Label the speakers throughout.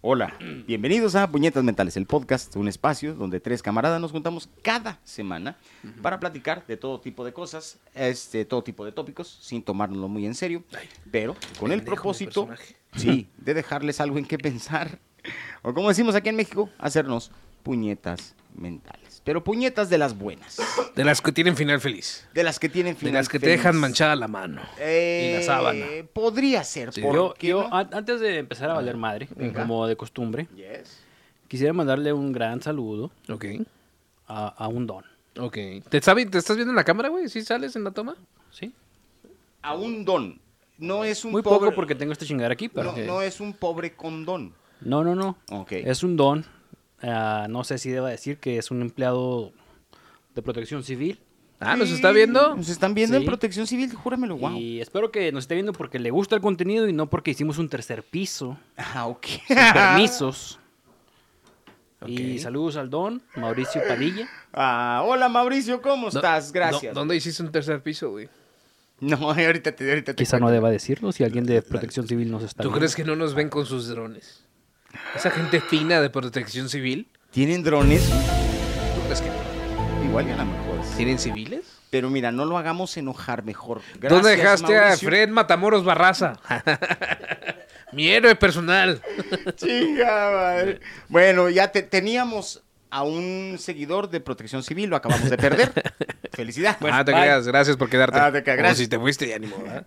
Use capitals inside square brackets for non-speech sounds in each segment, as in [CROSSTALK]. Speaker 1: Hola,
Speaker 2: [CLEARS THROAT]
Speaker 1: bienvenidos a Puñetas Mentales, el podcast, un espacio donde tres camaradas nos juntamos cada semana para platicar de todo tipo de cosas, este, todo tipo de tópicos, sin tomárnoslo muy en serio, pero con el
Speaker 2: pendejo mi
Speaker 1: propósito,
Speaker 2: personaje.
Speaker 1: [LAUGHS] sí, de dejarles algo en qué pensar, o como decimos aquí en México, hacernos puñetas mentales, pero puñetas de las buenas,
Speaker 2: De las que tienen final feliz.
Speaker 1: de las que tienen
Speaker 2: De
Speaker 1: final
Speaker 2: las que te
Speaker 1: feliz.
Speaker 2: dejan manchada la mano.
Speaker 1: Eh,
Speaker 2: y la sábana.
Speaker 1: Podría ser,
Speaker 2: Sí.
Speaker 1: ¿por
Speaker 3: Yo,
Speaker 1: qué
Speaker 3: yo
Speaker 1: no?
Speaker 3: an- antes de empezar a valer madre, como de costumbre,
Speaker 1: Yes.
Speaker 3: quisiera mandarle un gran saludo
Speaker 2: Ok.
Speaker 3: a, a un don.
Speaker 2: Ok. ¿Te, sabe- ¿Te estás viendo en la cámara, güey? ¿Sí sales en la toma?
Speaker 3: ¿sí?
Speaker 1: A un don, no es un
Speaker 3: Muy
Speaker 1: pobre-
Speaker 3: poco porque tengo esta chingadera aquí, pero...
Speaker 1: No, no es un pobre condón.
Speaker 3: No, no, no.
Speaker 1: Ok.
Speaker 3: Es un don. ah, no sé si deba decir que es un empleado de protección civil.
Speaker 2: Ah, ¿nos está viendo?
Speaker 1: Nos están viendo en
Speaker 3: Sí.
Speaker 1: Protección Civil, júramelo, wow.
Speaker 3: Y espero que nos esté viendo porque le gusta el contenido y no porque hicimos un tercer
Speaker 1: [LAUGHS]
Speaker 3: piso.
Speaker 1: Ah, ok.
Speaker 3: Sin permisos.
Speaker 2: Ok.
Speaker 3: Y saludos al don, Mauricio Padilla.
Speaker 1: [LAUGHS] Ah, hola Mauricio, ¿cómo
Speaker 2: Do-
Speaker 1: estás? Gracias.
Speaker 2: do- ¿Dónde hiciste un tercer piso, güey?
Speaker 1: No, [LAUGHS] ahorita te, ahorita te
Speaker 3: Quizá no
Speaker 1: cuento.
Speaker 3: deba decirlo si alguien de protección civil nos está
Speaker 2: ¿Tú crees que no nos ven con sus drones? Esa gente fina de protección civil.
Speaker 1: ¿Tienen drones?
Speaker 2: ¿Tú crees que no?
Speaker 1: Igual y a lo mejor. sí.
Speaker 2: tienen civiles?
Speaker 1: Pero mira, no lo hagamos enojar mejor. Gracias,
Speaker 2: ¿Dónde dejaste
Speaker 1: Mauricio.
Speaker 2: a Fred Matamoros Barraza? Mi héroe personal.
Speaker 1: [LAUGHS] Chinga madre. Bueno, ya te- teníamos a un seguidor de Protección Civil, lo acabamos de
Speaker 2: [LAUGHS]
Speaker 1: perder. Felicidad.
Speaker 2: ah, te
Speaker 1: bye.
Speaker 2: creas. Gracias por quedarte.
Speaker 1: Ah, te creas.
Speaker 2: Como si te fuiste, ánimo, ¿verdad?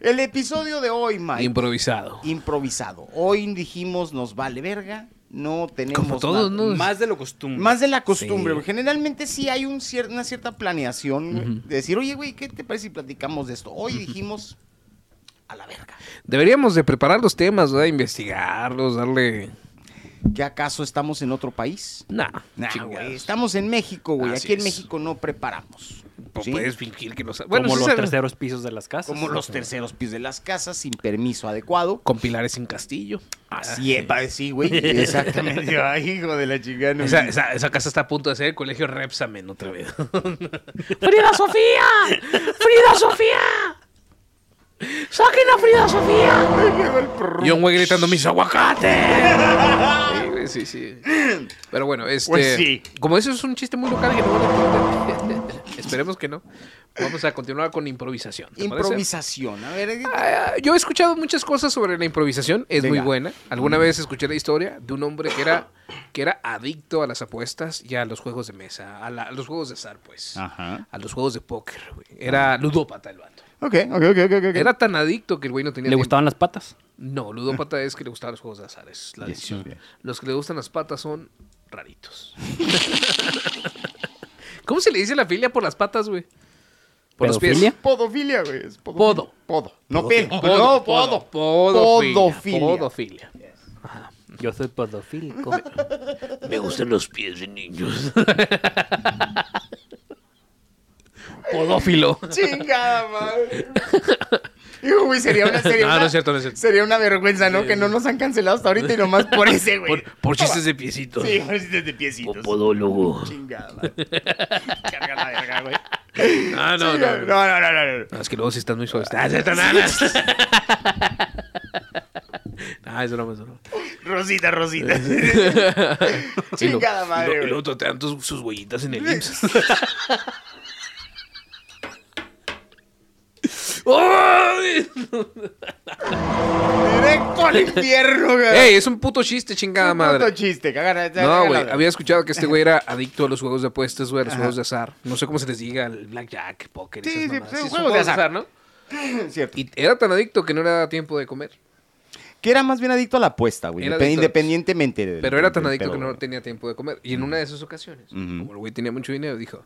Speaker 1: El episodio de hoy, Mike.
Speaker 2: Improvisado.
Speaker 1: improvisado. Hoy dijimos nos vale verga, no tenemos
Speaker 2: Como todos,
Speaker 1: nada.
Speaker 2: ¿no?
Speaker 3: Más de lo costumbre.
Speaker 1: Más de la costumbre, porque generalmente sí hay un cier- una cierta planeación güey, de decir, oye, güey, ¿qué te parece si platicamos de esto? Hoy dijimos a la verga.
Speaker 2: Deberíamos de preparar los temas, ¿verdad? Investigarlos, darle...
Speaker 1: ¿Qué acaso estamos en otro país?
Speaker 2: Nah,
Speaker 1: Nah,
Speaker 2: chingados.
Speaker 1: güey, estamos en México, güey.
Speaker 2: Así
Speaker 1: Aquí en
Speaker 2: es.
Speaker 1: México no preparamos.
Speaker 2: Pues pues.
Speaker 1: ¿sí?
Speaker 2: Puedes fingir que no sabes.
Speaker 3: como
Speaker 2: sí
Speaker 3: los
Speaker 2: sabes.
Speaker 3: terceros pisos de las casas.
Speaker 1: Como los terceros pisos de las casas sin permiso adecuado.
Speaker 2: Con pilares sin castillo.
Speaker 1: Así es, pa- sí,
Speaker 2: [LAUGHS]
Speaker 1: güey. Exactamente. Ay, hijo de la chingada.
Speaker 2: Esa, esa- esa casa está a punto de ser el colegio Repsamen otra [LAUGHS] vez.
Speaker 3: ¡Frida Sofía! ¡Frida Sofía! ¡Saquen a Frida Sofía!
Speaker 2: Y un güey gritando mis [LAUGHS] aguacates. Sí, güey, sí, sí. Pero bueno, este.
Speaker 1: Pues sí.
Speaker 2: Como eso es un chiste muy local que no van a entender, [LAUGHS] Esperemos que no. Vamos a continuar con improvisación. ¿te parece?
Speaker 1: Improvisación. A ver,
Speaker 2: Ah, yo he escuchado muchas cosas sobre la improvisación, es muy
Speaker 1: Venga.
Speaker 2: buena. Alguna vez escuché la historia de un hombre que era, que era adicto a las apuestas y a los juegos de mesa, a, la- a los juegos de azar, pues.
Speaker 1: Ajá.
Speaker 2: A los juegos de póker, güey. Era ludópata el vato.
Speaker 1: Ok, ok, ok, ok. ok.
Speaker 2: Era tan adicto que el güey no tenía
Speaker 3: ¿Le
Speaker 2: tiempo.
Speaker 3: gustaban las patas?
Speaker 2: No, ludópata es que le gustaban los juegos de azar, es la
Speaker 1: Yes,
Speaker 2: adicción.
Speaker 1: yes.
Speaker 2: Los que le gustan las patas son raritos. [LAUGHS] ¿Cómo se le dice la filia por las patas, güey? Por los pies.
Speaker 3: ¿Pedofilia?
Speaker 1: Podofilia, güey. es podofilia.
Speaker 2: Podo.
Speaker 1: Podo. No pelo.
Speaker 2: Podo,
Speaker 1: no, podo.
Speaker 2: Podofilia.
Speaker 1: Podofilia.
Speaker 2: Podofilia.
Speaker 3: Yo soy pedofílico.
Speaker 2: Me gustan los pies de niños. Podófilo.
Speaker 1: Chingada
Speaker 2: [LAUGHS]
Speaker 1: madre. Hijo, güey, sería una, sería
Speaker 2: No,
Speaker 1: una-
Speaker 2: no es cierto, no es cierto.
Speaker 1: Sería una vergüenza, ¿no? Que no nos han cancelado hasta ahorita y nomás por ese, güey.
Speaker 2: Por, por chistes de piecitos.
Speaker 1: Sí, por chistes de piecitos.
Speaker 2: Podólogo.
Speaker 1: Chingada madre. Carga la verga, güey.
Speaker 2: [LAUGHS] Ah, no, no, no.
Speaker 1: no, no, no, no.
Speaker 2: No, Ah, es que luego sí están muy suaves. Ah, es cierto, no, no. Ah, es broma, es
Speaker 1: [LAUGHS]
Speaker 2: broma.
Speaker 1: Rosita,
Speaker 2: [LAUGHS]
Speaker 1: Rosita.
Speaker 2: Y lo-
Speaker 1: Chingada madre,
Speaker 2: y lo- Y
Speaker 1: güey.
Speaker 2: luego totean tus- sus huellitas en el IMSS. ¡Ay!
Speaker 1: Directo al infierno, güey.
Speaker 2: ¡Ey! Es un puto chiste, chingada
Speaker 1: Un
Speaker 2: madre.
Speaker 1: puto chiste, cagada.
Speaker 2: No, güey. Había escuchado que este güey era adicto a los juegos de apuestas, güey, a los juegos de azar. No sé cómo se les diga, el blackjack, póker.
Speaker 1: Sí,
Speaker 2: esas
Speaker 1: sí,
Speaker 2: mamadas.
Speaker 1: pues,
Speaker 2: son
Speaker 1: juegos de azar.
Speaker 2: ¿no?
Speaker 1: [LAUGHS] Cierto.
Speaker 2: Y era tan adicto que no le daba tiempo de comer.
Speaker 1: Que era más bien adicto a la apuesta, güey.
Speaker 2: Era
Speaker 1: indepe-
Speaker 2: adicto a la apuesta.
Speaker 1: Independientemente de.
Speaker 2: Pero era tan adicto que no tenía tiempo de comer. Y en una de esas ocasiones,
Speaker 1: Ujú.
Speaker 2: como el güey tenía mucho dinero, dijo: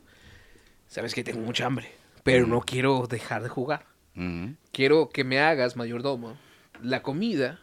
Speaker 2: Sabes que tengo mucha hambre, pero no
Speaker 1: Mm.
Speaker 2: quiero dejar de jugar. Quiero que me hagas, mayordomo, la comida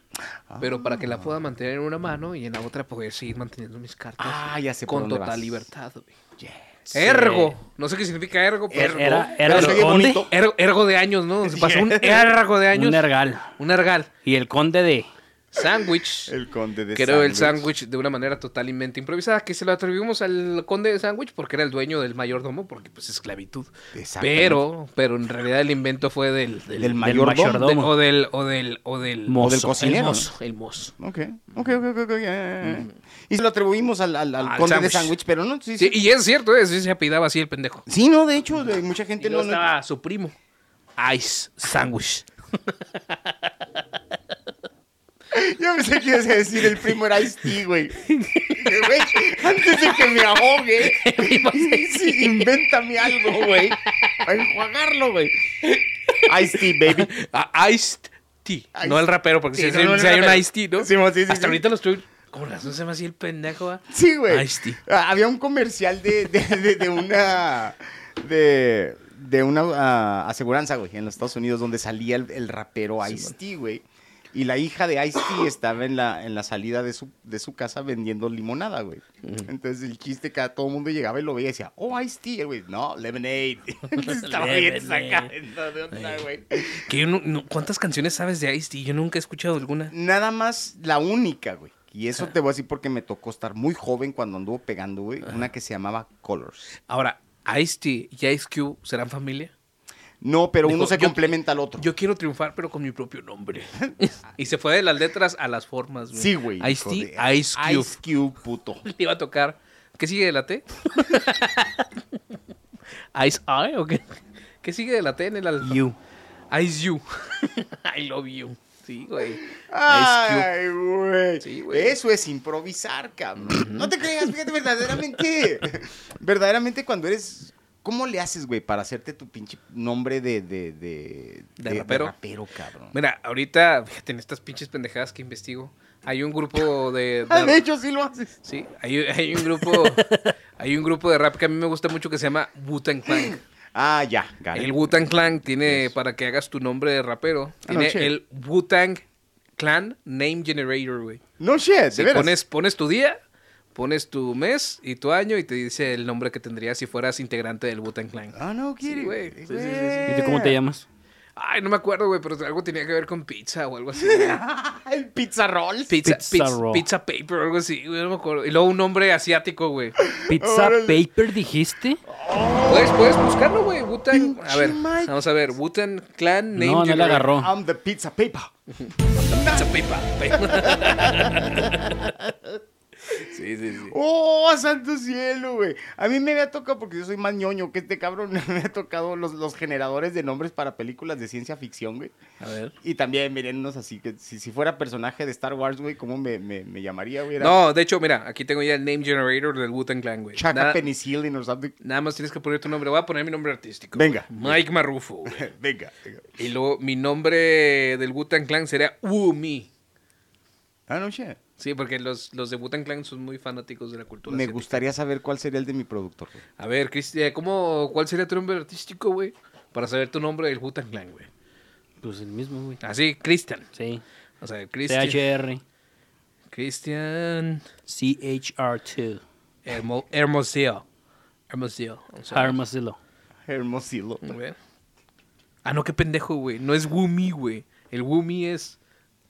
Speaker 2: Pero para que la
Speaker 3: Ah.
Speaker 2: pueda mantener en una mano y en la otra poder seguir manteniendo mis cartas.
Speaker 1: Ah, ya sé por
Speaker 2: Con
Speaker 1: dónde
Speaker 2: total
Speaker 1: vas.
Speaker 2: libertad, güey.
Speaker 3: Sí.
Speaker 2: [LAUGHS]
Speaker 3: E-,
Speaker 2: Ergo. No sé qué significa ergo, pero.
Speaker 3: Pues Era,
Speaker 2: ergo.
Speaker 3: era
Speaker 1: Pero
Speaker 3: el
Speaker 1: soy
Speaker 3: conde,
Speaker 1: bonito.
Speaker 2: Ergo, ergo de años, ¿no? Se
Speaker 3: [LAUGHS]
Speaker 2: pasó un ergo de años.
Speaker 3: un ergal.
Speaker 2: Un ergal.
Speaker 3: Y el conde de... [LAUGHS]
Speaker 2: Sándwich.
Speaker 1: El conde de
Speaker 2: Creo el sándwich de una manera totalmente improvisada, que se lo atribuimos al conde de sándwich porque era el dueño del mayordomo, porque pues esclavitud.
Speaker 1: Exactamente.
Speaker 2: Pero, pero en realidad el invento fue del, del,
Speaker 1: Del
Speaker 2: del-
Speaker 1: mayordomo.
Speaker 3: mayordomo.
Speaker 2: o del, o del, o del
Speaker 3: Mozo.
Speaker 1: del cocinero,
Speaker 2: El
Speaker 1: ¿no?
Speaker 2: mozo, el mozo.
Speaker 1: Ok, ok, ok, ok, ok, ya, ya, ya. Y se lo atribuimos al, al- al
Speaker 2: Mm. Al
Speaker 1: conde de
Speaker 2: sándwich.
Speaker 1: sándwich, pero no, sí,
Speaker 2: Sí,
Speaker 1: sí.
Speaker 2: y es cierto, es, sí se apidaba así el pendejo.
Speaker 1: Sí, no, de hecho, de- mucha
Speaker 2: Y
Speaker 1: gente
Speaker 2: luego
Speaker 1: no... no-
Speaker 2: estaba su primo, Ice Sandwich.
Speaker 1: [LAUGHS] Yo pensé que ibas a decir el primo era Ice-T,
Speaker 2: [LAUGHS]
Speaker 1: güey. Dije, güey, Antes de que me
Speaker 2: [LAUGHS]
Speaker 1: ahogue, sí, invéntame algo, güey. Para enjuagarlo, güey. Ice-T, baby.
Speaker 2: Ah, Ice T. No
Speaker 1: Ice
Speaker 2: el rapero, porque
Speaker 1: T,
Speaker 2: si,
Speaker 1: no,
Speaker 2: si-
Speaker 1: no, no,
Speaker 2: si hay
Speaker 1: no.
Speaker 2: un Ice T, ¿no?
Speaker 1: Sí, mo, sí, sí,
Speaker 2: Hasta
Speaker 1: sí.
Speaker 2: ahorita lo estoy. Con razón se me hacía el pendejo. ah.
Speaker 1: Sí, güey.
Speaker 2: Ice-T.
Speaker 1: Ah, Había un comercial de, de, de- de una. de. de una ah, aseguranza, güey, en los Estados Unidos, donde salía el, el rapero Ice-T, güey. Y la hija de Ice-T estaba en la, en la salida de su, de su casa vendiendo limonada, güey. Entonces el chiste que a todo el mundo llegaba y lo veía y decía, oh, Ice-T. Y el güey, no, lemonade. [LAUGHS]
Speaker 2: [LAUGHS]
Speaker 1: estaba bien
Speaker 2: Lemonade.
Speaker 1: sacado de onda, güey.
Speaker 2: Que yo no- no- ¿Cuántas canciones sabes de Ice T? Yo nunca he escuchado alguna.
Speaker 1: Nada más la única, güey. Y
Speaker 2: Ah.
Speaker 1: eso te voy a decir porque me tocó estar muy joven cuando anduvo pegando, güey. Una que se llamaba Colors.
Speaker 2: Ahora, Ice T y Ice Cube serán familia.
Speaker 1: No, pero
Speaker 2: Dijo,
Speaker 1: uno se
Speaker 2: yo-
Speaker 1: complementa al otro.
Speaker 2: Yo quiero triunfar, pero con mi
Speaker 1: [LAUGHS]
Speaker 2: propio nombre. y se fue de las letras a las formas, güey.
Speaker 1: sí, güey. hijo de-
Speaker 2: Ice T, Ice Cube. [LAUGHS]
Speaker 1: Ice Cube, puto.
Speaker 2: Le iba a tocar. ¿Qué sigue de la T? [LAUGHS] ¿Ice I o qué? ¿Qué sigue de la T en el alfa?
Speaker 3: You.
Speaker 2: Ice You. [LAUGHS] I love you. Sí, güey. Ice
Speaker 1: Ay, güey.
Speaker 2: Sí, güey.
Speaker 1: Eso es improvisar, cabrón. No te creas, fíjate,
Speaker 2: [LAUGHS]
Speaker 1: verdaderamente. verdaderamente, cuando eres. ¿Cómo le haces, güey, para hacerte tu pinche nombre de. de, de,
Speaker 2: ¿De rapero?
Speaker 1: cabrón?
Speaker 2: Mira, ahorita, fíjate, en estas pinches pendejadas que investigo, hay un grupo de...
Speaker 1: [LAUGHS] Ah,
Speaker 2: de-
Speaker 1: de hecho, sí lo haces.
Speaker 2: Sí, hay, hay un grupo hay un grupo de rap que a mí me gusta mucho que se llama Wu-Tang Clan.
Speaker 1: Ah, ya, gané.
Speaker 2: El Wu-Tang Clan tiene,
Speaker 1: Yes.
Speaker 2: para que hagas tu nombre de
Speaker 1: Ah,
Speaker 2: rapero, tiene
Speaker 1: no, shit.
Speaker 2: el Wu-Tang Clan Name Generator, güey.
Speaker 1: No shit, de
Speaker 2: Sí,
Speaker 1: veras.
Speaker 2: pones, pones tu día, pones tu mes y tu año y te dice el nombre que tendrías si fueras integrante del Wu-Tang Clan.
Speaker 1: Ah, no, quiere.
Speaker 2: güey. Sí, sí, sí, sí.
Speaker 3: ¿Y tú cómo te llamas?
Speaker 2: Eh. Ay, no me acuerdo, güey, pero algo tenía que ver con pizza o algo así.
Speaker 1: [LAUGHS] El pizza roll.
Speaker 2: Pizza,
Speaker 3: Pizza
Speaker 2: pizza,
Speaker 3: roll.
Speaker 2: pizza paper o algo así, güey, no me acuerdo. Y luego un nombre asiático, güey.
Speaker 3: ¿Pizza
Speaker 1: Órale.
Speaker 3: Paper dijiste?
Speaker 2: Puedes, puedes buscarlo, güey. Wu-Tang. A ver,
Speaker 1: Pinche Mike.
Speaker 2: vamos a ver. Wu-Tang Clan Name Ah.
Speaker 3: No, no la
Speaker 2: Generator.
Speaker 3: agarró.
Speaker 1: I'm the pizza paper.
Speaker 2: Pizza paper.
Speaker 1: [LAUGHS]
Speaker 2: sí, sí, sí.
Speaker 1: ¡Oh, santo cielo, güey! A mí me había tocado, porque yo soy más ñoño que este cabrón, [LAUGHS] me había tocado los, los generadores de nombres para películas de ciencia ficción, güey.
Speaker 2: A ver.
Speaker 1: Y también, mirennos así, que si, si fuera personaje de Star Wars, güey, ¿cómo me, me, me llamaría, güey? Era
Speaker 2: No, de hecho, mira, aquí tengo ya el Name Generator del Wu-Tang Clan, güey.
Speaker 1: Chaka
Speaker 2: Nada-
Speaker 1: Penicillin or something. [LAUGHS]
Speaker 2: Nada más tienes que poner tu nombre. Voy a poner mi nombre artístico.
Speaker 1: Venga.
Speaker 2: güey. Mike Marrufo. güey.
Speaker 1: venga, venga.
Speaker 2: Y luego mi nombre del Wu-Tang Clan sería Wu-Mi.
Speaker 1: Ah, no, shit.
Speaker 2: Sí, porque los, los de Wu-Tang Clan son muy fanáticos de la cultura.
Speaker 1: Me
Speaker 2: asiática.
Speaker 1: gustaría saber cuál sería el de mi productor, güey.
Speaker 2: A ver, Cristian, ¿cómo, ¿cuál sería tu nombre artístico, güey? Para saber tu nombre del Wu-Tang Clan, güey.
Speaker 3: Pues el mismo, güey.
Speaker 2: Así, Cristian.
Speaker 3: Sí.
Speaker 2: O sea, Cristian.
Speaker 3: CHR.
Speaker 2: Cristian.
Speaker 3: CHR2.
Speaker 2: Hermo- Hermosillo. Hermosillo. I'm sorry.
Speaker 3: Harmacillo.
Speaker 1: Hermosillo.
Speaker 2: Muy bien. Ah, no, qué pendejo, güey. No es Wumi, güey. El Wumi es.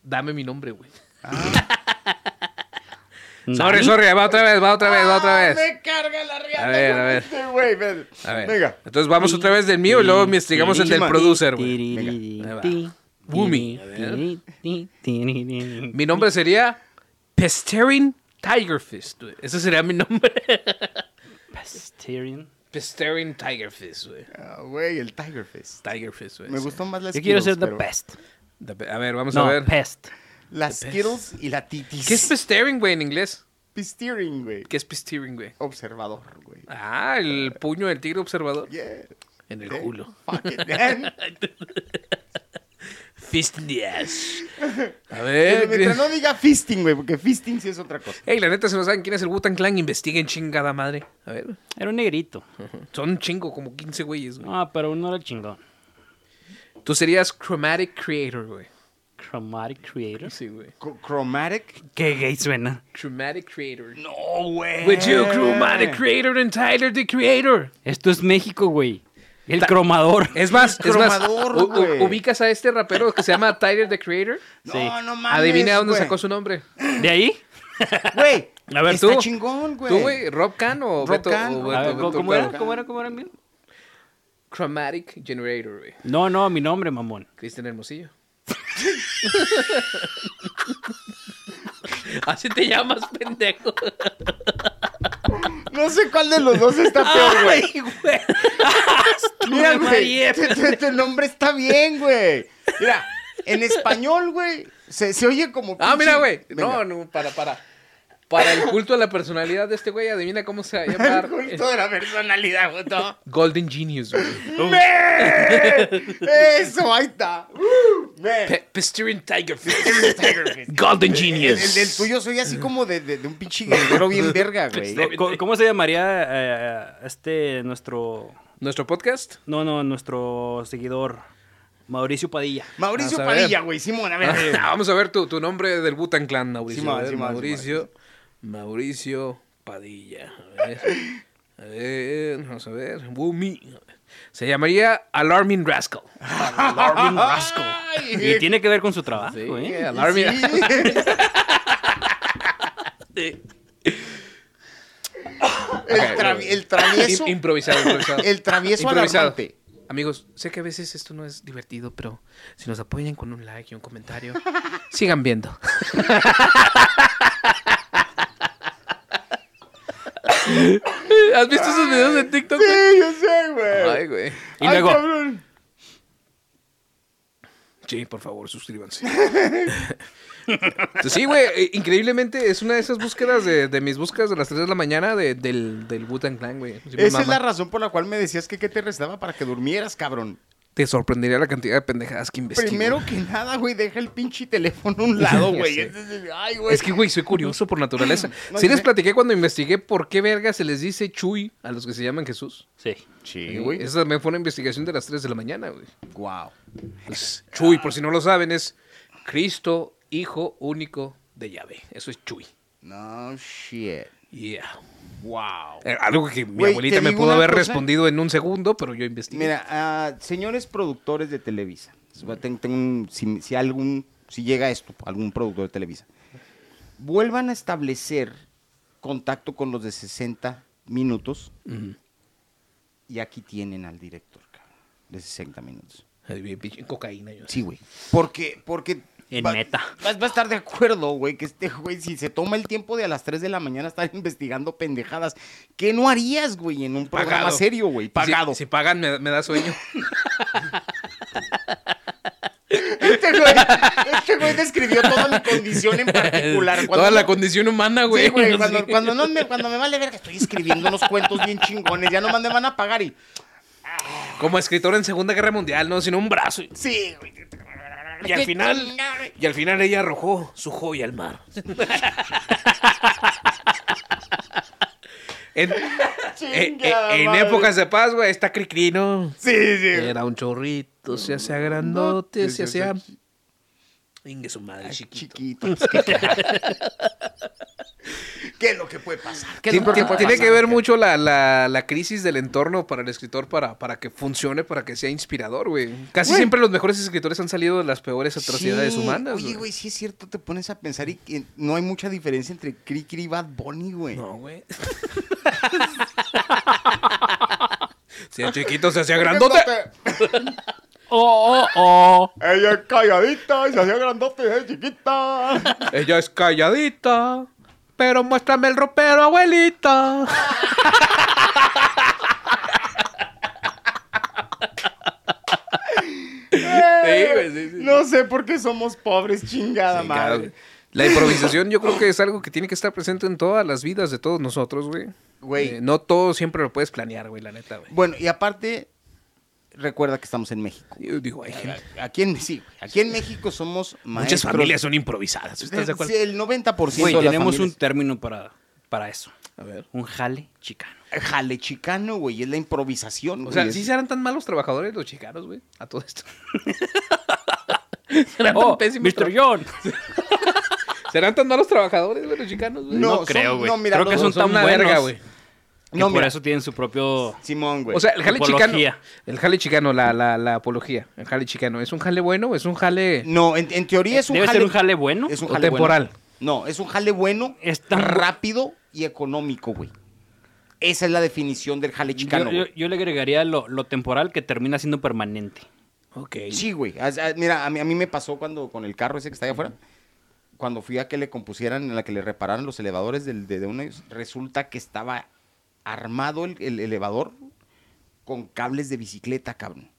Speaker 2: Dame mi nombre, güey. Sorry,
Speaker 3: ¿Nani?
Speaker 2: sorry. Va otra vez, va otra vez, va otra
Speaker 1: Ah,
Speaker 2: vez.
Speaker 1: Me carga la riata.
Speaker 2: A ver,
Speaker 1: con
Speaker 2: a ver.
Speaker 1: este güey, ven.
Speaker 2: A ver.
Speaker 1: Venga.
Speaker 2: Entonces vamos otra vez del mío y luego investigamos el del
Speaker 1: Tirichima.
Speaker 2: producer, güey.
Speaker 3: Tiriri,
Speaker 2: Venga. Ahí va.
Speaker 3: ti,
Speaker 2: Boomy.
Speaker 3: tiri,
Speaker 2: A ver.
Speaker 3: tiri, tiri, tiri.
Speaker 2: Mi nombre sería Pesterin Tiger Fist, güey. Ese sería mi nombre.
Speaker 3: Pasterian.
Speaker 2: Pesterin Tiger Fist, güey.
Speaker 1: Ah, Güey, el Tiger Fist.
Speaker 2: Tiger Fist, güey.
Speaker 1: Me
Speaker 2: sí.
Speaker 1: gustó más la
Speaker 3: Yo quiero ser
Speaker 1: Skittles,
Speaker 3: The
Speaker 1: pero-
Speaker 3: Pest.
Speaker 2: The pe- A ver, vamos a
Speaker 3: No,
Speaker 2: ver.
Speaker 3: Pest.
Speaker 1: Las
Speaker 2: The
Speaker 1: Skittles y la titis.
Speaker 2: ¿Qué es Pesterin, güey, en inglés?
Speaker 1: Pisteering, güey.
Speaker 2: ¿Qué es Pesterin, güey?
Speaker 1: Observador, güey.
Speaker 2: Ah, el puño del tigre observador.
Speaker 1: Yeah.
Speaker 2: En el
Speaker 1: Hey,
Speaker 2: culo.
Speaker 1: fuck it,
Speaker 2: Eh,
Speaker 1: man.
Speaker 2: [LAUGHS] Fist in the ass. A
Speaker 1: Pero
Speaker 2: ver.
Speaker 1: Mientras
Speaker 2: Chris.
Speaker 1: no diga fisting, güey, porque fisting sí es otra cosa.
Speaker 2: Ey, la neta, si no saben quién es el Wu-Tang Clan, investiguen chingada madre. A ver.
Speaker 3: Era un negrito.
Speaker 2: Son un chingo, como 15 güeyes, güey.
Speaker 3: No, pero uno era chingón.
Speaker 2: Tú serías Chromatic Creator, güey.
Speaker 3: Chromatic Creator.
Speaker 2: Sí, güey.
Speaker 1: Co- Chromatic.
Speaker 3: Qué gay suena.
Speaker 2: Chromatic Creator.
Speaker 1: No, güey.
Speaker 2: With you, Chromatic Creator and Tyler, the Creator.
Speaker 3: Esto es México, güey. El cromador.
Speaker 2: Es más, es más,
Speaker 1: Cromador,
Speaker 2: u- u-
Speaker 1: güey.
Speaker 2: ubicas a este rapero que se llama Tyler, the Creator.
Speaker 1: No,
Speaker 3: Sí.
Speaker 1: no mames.
Speaker 2: Adivina dónde
Speaker 1: güey.
Speaker 2: sacó su nombre.
Speaker 3: ¿De ahí?
Speaker 1: Güey.
Speaker 2: [LAUGHS]
Speaker 3: A ver,
Speaker 1: está
Speaker 2: tú.
Speaker 1: chingón, güey.
Speaker 2: ¿Tú, güey? ¿Rob Khan o
Speaker 1: Rob
Speaker 2: Beto?
Speaker 1: Khan.
Speaker 2: o
Speaker 1: A
Speaker 3: A
Speaker 2: Beto-
Speaker 3: ver, ¿cómo,
Speaker 2: Beto
Speaker 3: cómo era?
Speaker 2: Caro?
Speaker 3: ¿Cómo era? ¿Cómo era? bien?
Speaker 2: Chromatic Generator, güey.
Speaker 3: No, no, mi nombre, mamón.
Speaker 2: Cristian Hermosillo. Así te llamas, pendejo.
Speaker 1: No sé cuál de los dos está peor, güey. Mira, güey. Este, este nombre está bien, güey. Mira, en español, güey. Se, se oye como.
Speaker 2: Ah,
Speaker 1: pinche-
Speaker 2: mira, güey.
Speaker 1: Venga.
Speaker 2: No, no, para, para. Para el culto a la personalidad de este güey, adivina cómo se va a
Speaker 1: El
Speaker 2: llamar.
Speaker 1: culto de la personalidad, güey.
Speaker 2: [LAUGHS]
Speaker 1: no.
Speaker 2: Golden Genius, güey.
Speaker 1: ¡Me! Eso, ahí está. Uh, me.
Speaker 2: Pe- Pesterian Tiger Fist.
Speaker 1: El,
Speaker 2: [LAUGHS] Golden Genius.
Speaker 1: el- el tuyo soy así como de, de- de un pinche guerrero bien verga,
Speaker 2: [LAUGHS]
Speaker 1: güey.
Speaker 3: Co- co- ¿Cómo, se llamaría eh, este nuestro.
Speaker 2: Nuestro podcast.
Speaker 3: No, no, nuestro seguidor. Mauricio Padilla.
Speaker 1: Mauricio
Speaker 2: Vamos a ver.
Speaker 1: Padilla, güey. Simón, a ver.
Speaker 2: Ah, [LAUGHS] vamos a ver tu, tu nombre del Butan Clan, Mauricio.
Speaker 1: Simón,
Speaker 2: A ver,
Speaker 1: Simón,
Speaker 2: Mauricio, Mauricio Padilla. A ver, a ver, vamos a ver. Wumi. Se llamaría Alarming Rascal.
Speaker 3: Marvin Rasco. Y tiene que ver con su trabajo,
Speaker 2: Sí,
Speaker 3: ¿eh?
Speaker 2: Alarming. [LAUGHS]
Speaker 1: El,
Speaker 2: Ok,
Speaker 1: travi-
Speaker 2: güey.
Speaker 1: el travieso.
Speaker 2: [LAUGHS] Im- improvisado, improvisado.
Speaker 1: El travieso alarmante.
Speaker 2: Amigos, sé que a veces esto no es divertido, pero si nos apoyan con un like y un comentario, [LAUGHS] sigan viendo. [LAUGHS] ¿Has visto esos videos de TikTok? güey?
Speaker 1: Sí, yo sé, güey.
Speaker 2: Ay, güey.
Speaker 3: Y luego-
Speaker 1: cabrón.
Speaker 2: Sí, por favor, suscríbanse. [LAUGHS] sí, güey, eh, increíblemente es una de esas búsquedas de, de mis búsquedas de las 3 de la mañana de- del, del Butan Clan, güey. Sí, me
Speaker 1: Esa es la
Speaker 2: mama.
Speaker 1: razón por la cual me decías que qué te restaba para que durmieras, cabrón.
Speaker 2: Te sorprendería la cantidad de pendejadas que investigo.
Speaker 1: Primero que nada, güey, deja el pinche teléfono a un lado,
Speaker 2: [LAUGHS] Ya
Speaker 1: güey.
Speaker 2: sé.
Speaker 1: Ese es el- Ay, güey.
Speaker 2: Es que, güey, soy curioso por naturaleza.
Speaker 1: [CLEARS THROAT] No,
Speaker 2: sí
Speaker 1: yo
Speaker 2: les
Speaker 1: sé.
Speaker 2: platiqué cuando investigué por qué verga se les dice chuy a los que se llaman Jesús. Eh,
Speaker 3: Sí.
Speaker 1: Sí, güey.
Speaker 2: Esa también fue una investigación de las 3 de la mañana, güey.
Speaker 1: Wow.
Speaker 2: Pues, chuy, por si no lo saben, es Cristo, Hijo Único de Yahvé. Eso es chuy.
Speaker 1: No shit.
Speaker 2: Yeah.
Speaker 1: Wow.
Speaker 2: Eh, Algo que mi
Speaker 1: Güey,
Speaker 2: abuelita
Speaker 1: te
Speaker 2: me
Speaker 1: digo
Speaker 2: pudo
Speaker 1: una
Speaker 2: haber
Speaker 1: cosa.
Speaker 2: respondido en un segundo, pero yo investigué.
Speaker 1: Mira, ah, señores productores de Televisa, ten- tengo un- si, si algún, si llega esto, algún productor de Televisa, vuelvan a establecer contacto con los de 60 minutos y aquí tienen al director, cabrón, de 60 minutos.
Speaker 2: Ay, bien, pinche cocaína. yo.
Speaker 1: Sí, güey. Porque, porque...
Speaker 3: En
Speaker 1: va-
Speaker 3: meta.
Speaker 1: Vas, vas a estar de acuerdo, güey, que este güey, si se toma el tiempo de a las 3 de la mañana estar [LAUGHS] investigando pendejadas, ¿qué no harías, güey, en un programa
Speaker 2: Pagado. Pues
Speaker 1: serio, güey? Pagado.
Speaker 2: Si, si pagan, me, me da sueño.
Speaker 1: Este güey, este güey describió toda mi condición en particular. Cuando-
Speaker 2: Toda la condición humana, güey.
Speaker 1: Sí, güey,
Speaker 2: [LAUGHS] Sí.
Speaker 1: cuando, cuando no me, cuando me vale ver que estoy escribiendo unos cuentos bien chingones, ya nomás me van a pagar y...
Speaker 2: Como escritor en Segunda Guerra Mundial, no, sino un brazo. Y,
Speaker 1: Sí, güey.
Speaker 2: y al final, y al final ella arrojó su joya
Speaker 1: [LAUGHS]
Speaker 2: al mar. en, en-
Speaker 1: Chingada
Speaker 2: en
Speaker 1: madre.
Speaker 2: épocas de paz, güey, está Cricrino.
Speaker 1: Sí, sí.
Speaker 2: Era un chorrito, se hacía grandote, se hacía. Ingue su madre, chiquito.
Speaker 1: Chiquito. pues, ¿Qué, ¿Qué es lo que puede pasar? ¿Qué es
Speaker 2: Tien-
Speaker 1: lo que
Speaker 2: tien- Tiene,
Speaker 1: puede pasar?
Speaker 2: que ver mucho la, la- la crisis del entorno para el escritor para, para que funcione, para que sea inspirador, güey. Casi
Speaker 1: Güey.
Speaker 2: siempre los mejores escritores han salido de las peores atrocidades
Speaker 1: Sí,
Speaker 2: humanas.
Speaker 1: Oye, güey, sí es cierto, te pones a pensar y que no hay mucha diferencia entre Cricri y Bad Bunny, güey.
Speaker 2: No, güey. Si el chiquito se hacía grandote. [LAUGHS]
Speaker 3: Oh, oh, oh.
Speaker 1: Ella es calladita, se hacía grandote y chiquita.
Speaker 2: Ella es calladita. Pero muéstrame el ropero, abuelita. Sí, güey, sí,
Speaker 1: Eh,
Speaker 2: sí.
Speaker 1: No sé por qué somos pobres, chingada
Speaker 2: Sí, claro,
Speaker 1: madre.
Speaker 2: güey. La improvisación yo creo que es algo que tiene que estar presente en todas las vidas de todos nosotros, güey.
Speaker 1: Güey.
Speaker 2: Eh, no todo siempre lo puedes planear, güey, la neta, güey.
Speaker 1: Bueno, y aparte, recuerda que estamos en México.
Speaker 2: Yo digo, hay gente-
Speaker 1: Aquí en, sí, güey, aquí en México somos maestros.
Speaker 2: Muchas familias son improvisadas, ¿estás de acuerdo?
Speaker 1: Sí, El 90%
Speaker 3: Güey,
Speaker 1: de las
Speaker 3: tenemos un
Speaker 1: familias-
Speaker 3: término para, para eso.
Speaker 2: A ver.
Speaker 3: Un jale [LAUGHS] chicano.
Speaker 1: Jale chicano, güey, es la improvisación.
Speaker 2: O
Speaker 1: güey,
Speaker 2: sea,
Speaker 1: es-
Speaker 2: ¿sí serán tan malos trabajadores los chicanos, güey? A todo esto. Serán tan
Speaker 3: Oh,
Speaker 2: pésimos
Speaker 3: Mr.
Speaker 2: tra-
Speaker 3: John.
Speaker 2: [LAUGHS] ¿Serán tan malos trabajadores, güey, los chicanos, güey?
Speaker 1: [LAUGHS] No,
Speaker 3: No,
Speaker 1: son-
Speaker 3: creo, güey.
Speaker 1: no, mira,
Speaker 3: creo que
Speaker 1: los
Speaker 3: son
Speaker 1: dos
Speaker 2: son
Speaker 3: tan
Speaker 2: una
Speaker 3: buenos.
Speaker 2: verga, güey.
Speaker 3: que
Speaker 1: No,
Speaker 3: por
Speaker 1: mira.
Speaker 3: eso tienen su propio.
Speaker 1: Simón, güey.
Speaker 2: O sea, el jale
Speaker 3: Apología.
Speaker 2: chicano. El jale chicano, la, la, la apología. El jale chicano. ¿Es un jale bueno o es un jale
Speaker 1: no, en, en teoría es un
Speaker 3: Debe
Speaker 1: jale.
Speaker 3: ser un jale bueno.
Speaker 1: es un
Speaker 2: o
Speaker 1: jale
Speaker 2: temporal?
Speaker 1: bueno. No, es un jale bueno,
Speaker 3: Es tan-
Speaker 1: rápido y económico, güey. Esa es la definición del jale chicano.
Speaker 3: yo,
Speaker 1: güey.
Speaker 3: yo- yo le agregaría lo, lo temporal que termina siendo permanente.
Speaker 1: Mm.
Speaker 2: Ok.
Speaker 1: Sí, güey. As- a- Mira, a mí, a mí me pasó cuando con el carro ese que está allá afuera. Cuando fui a que le compusieran, a la que le repararan los elevadores del- de, de una. Resulta que estaba armado el, el elevador con cables de bicicleta, cabrón.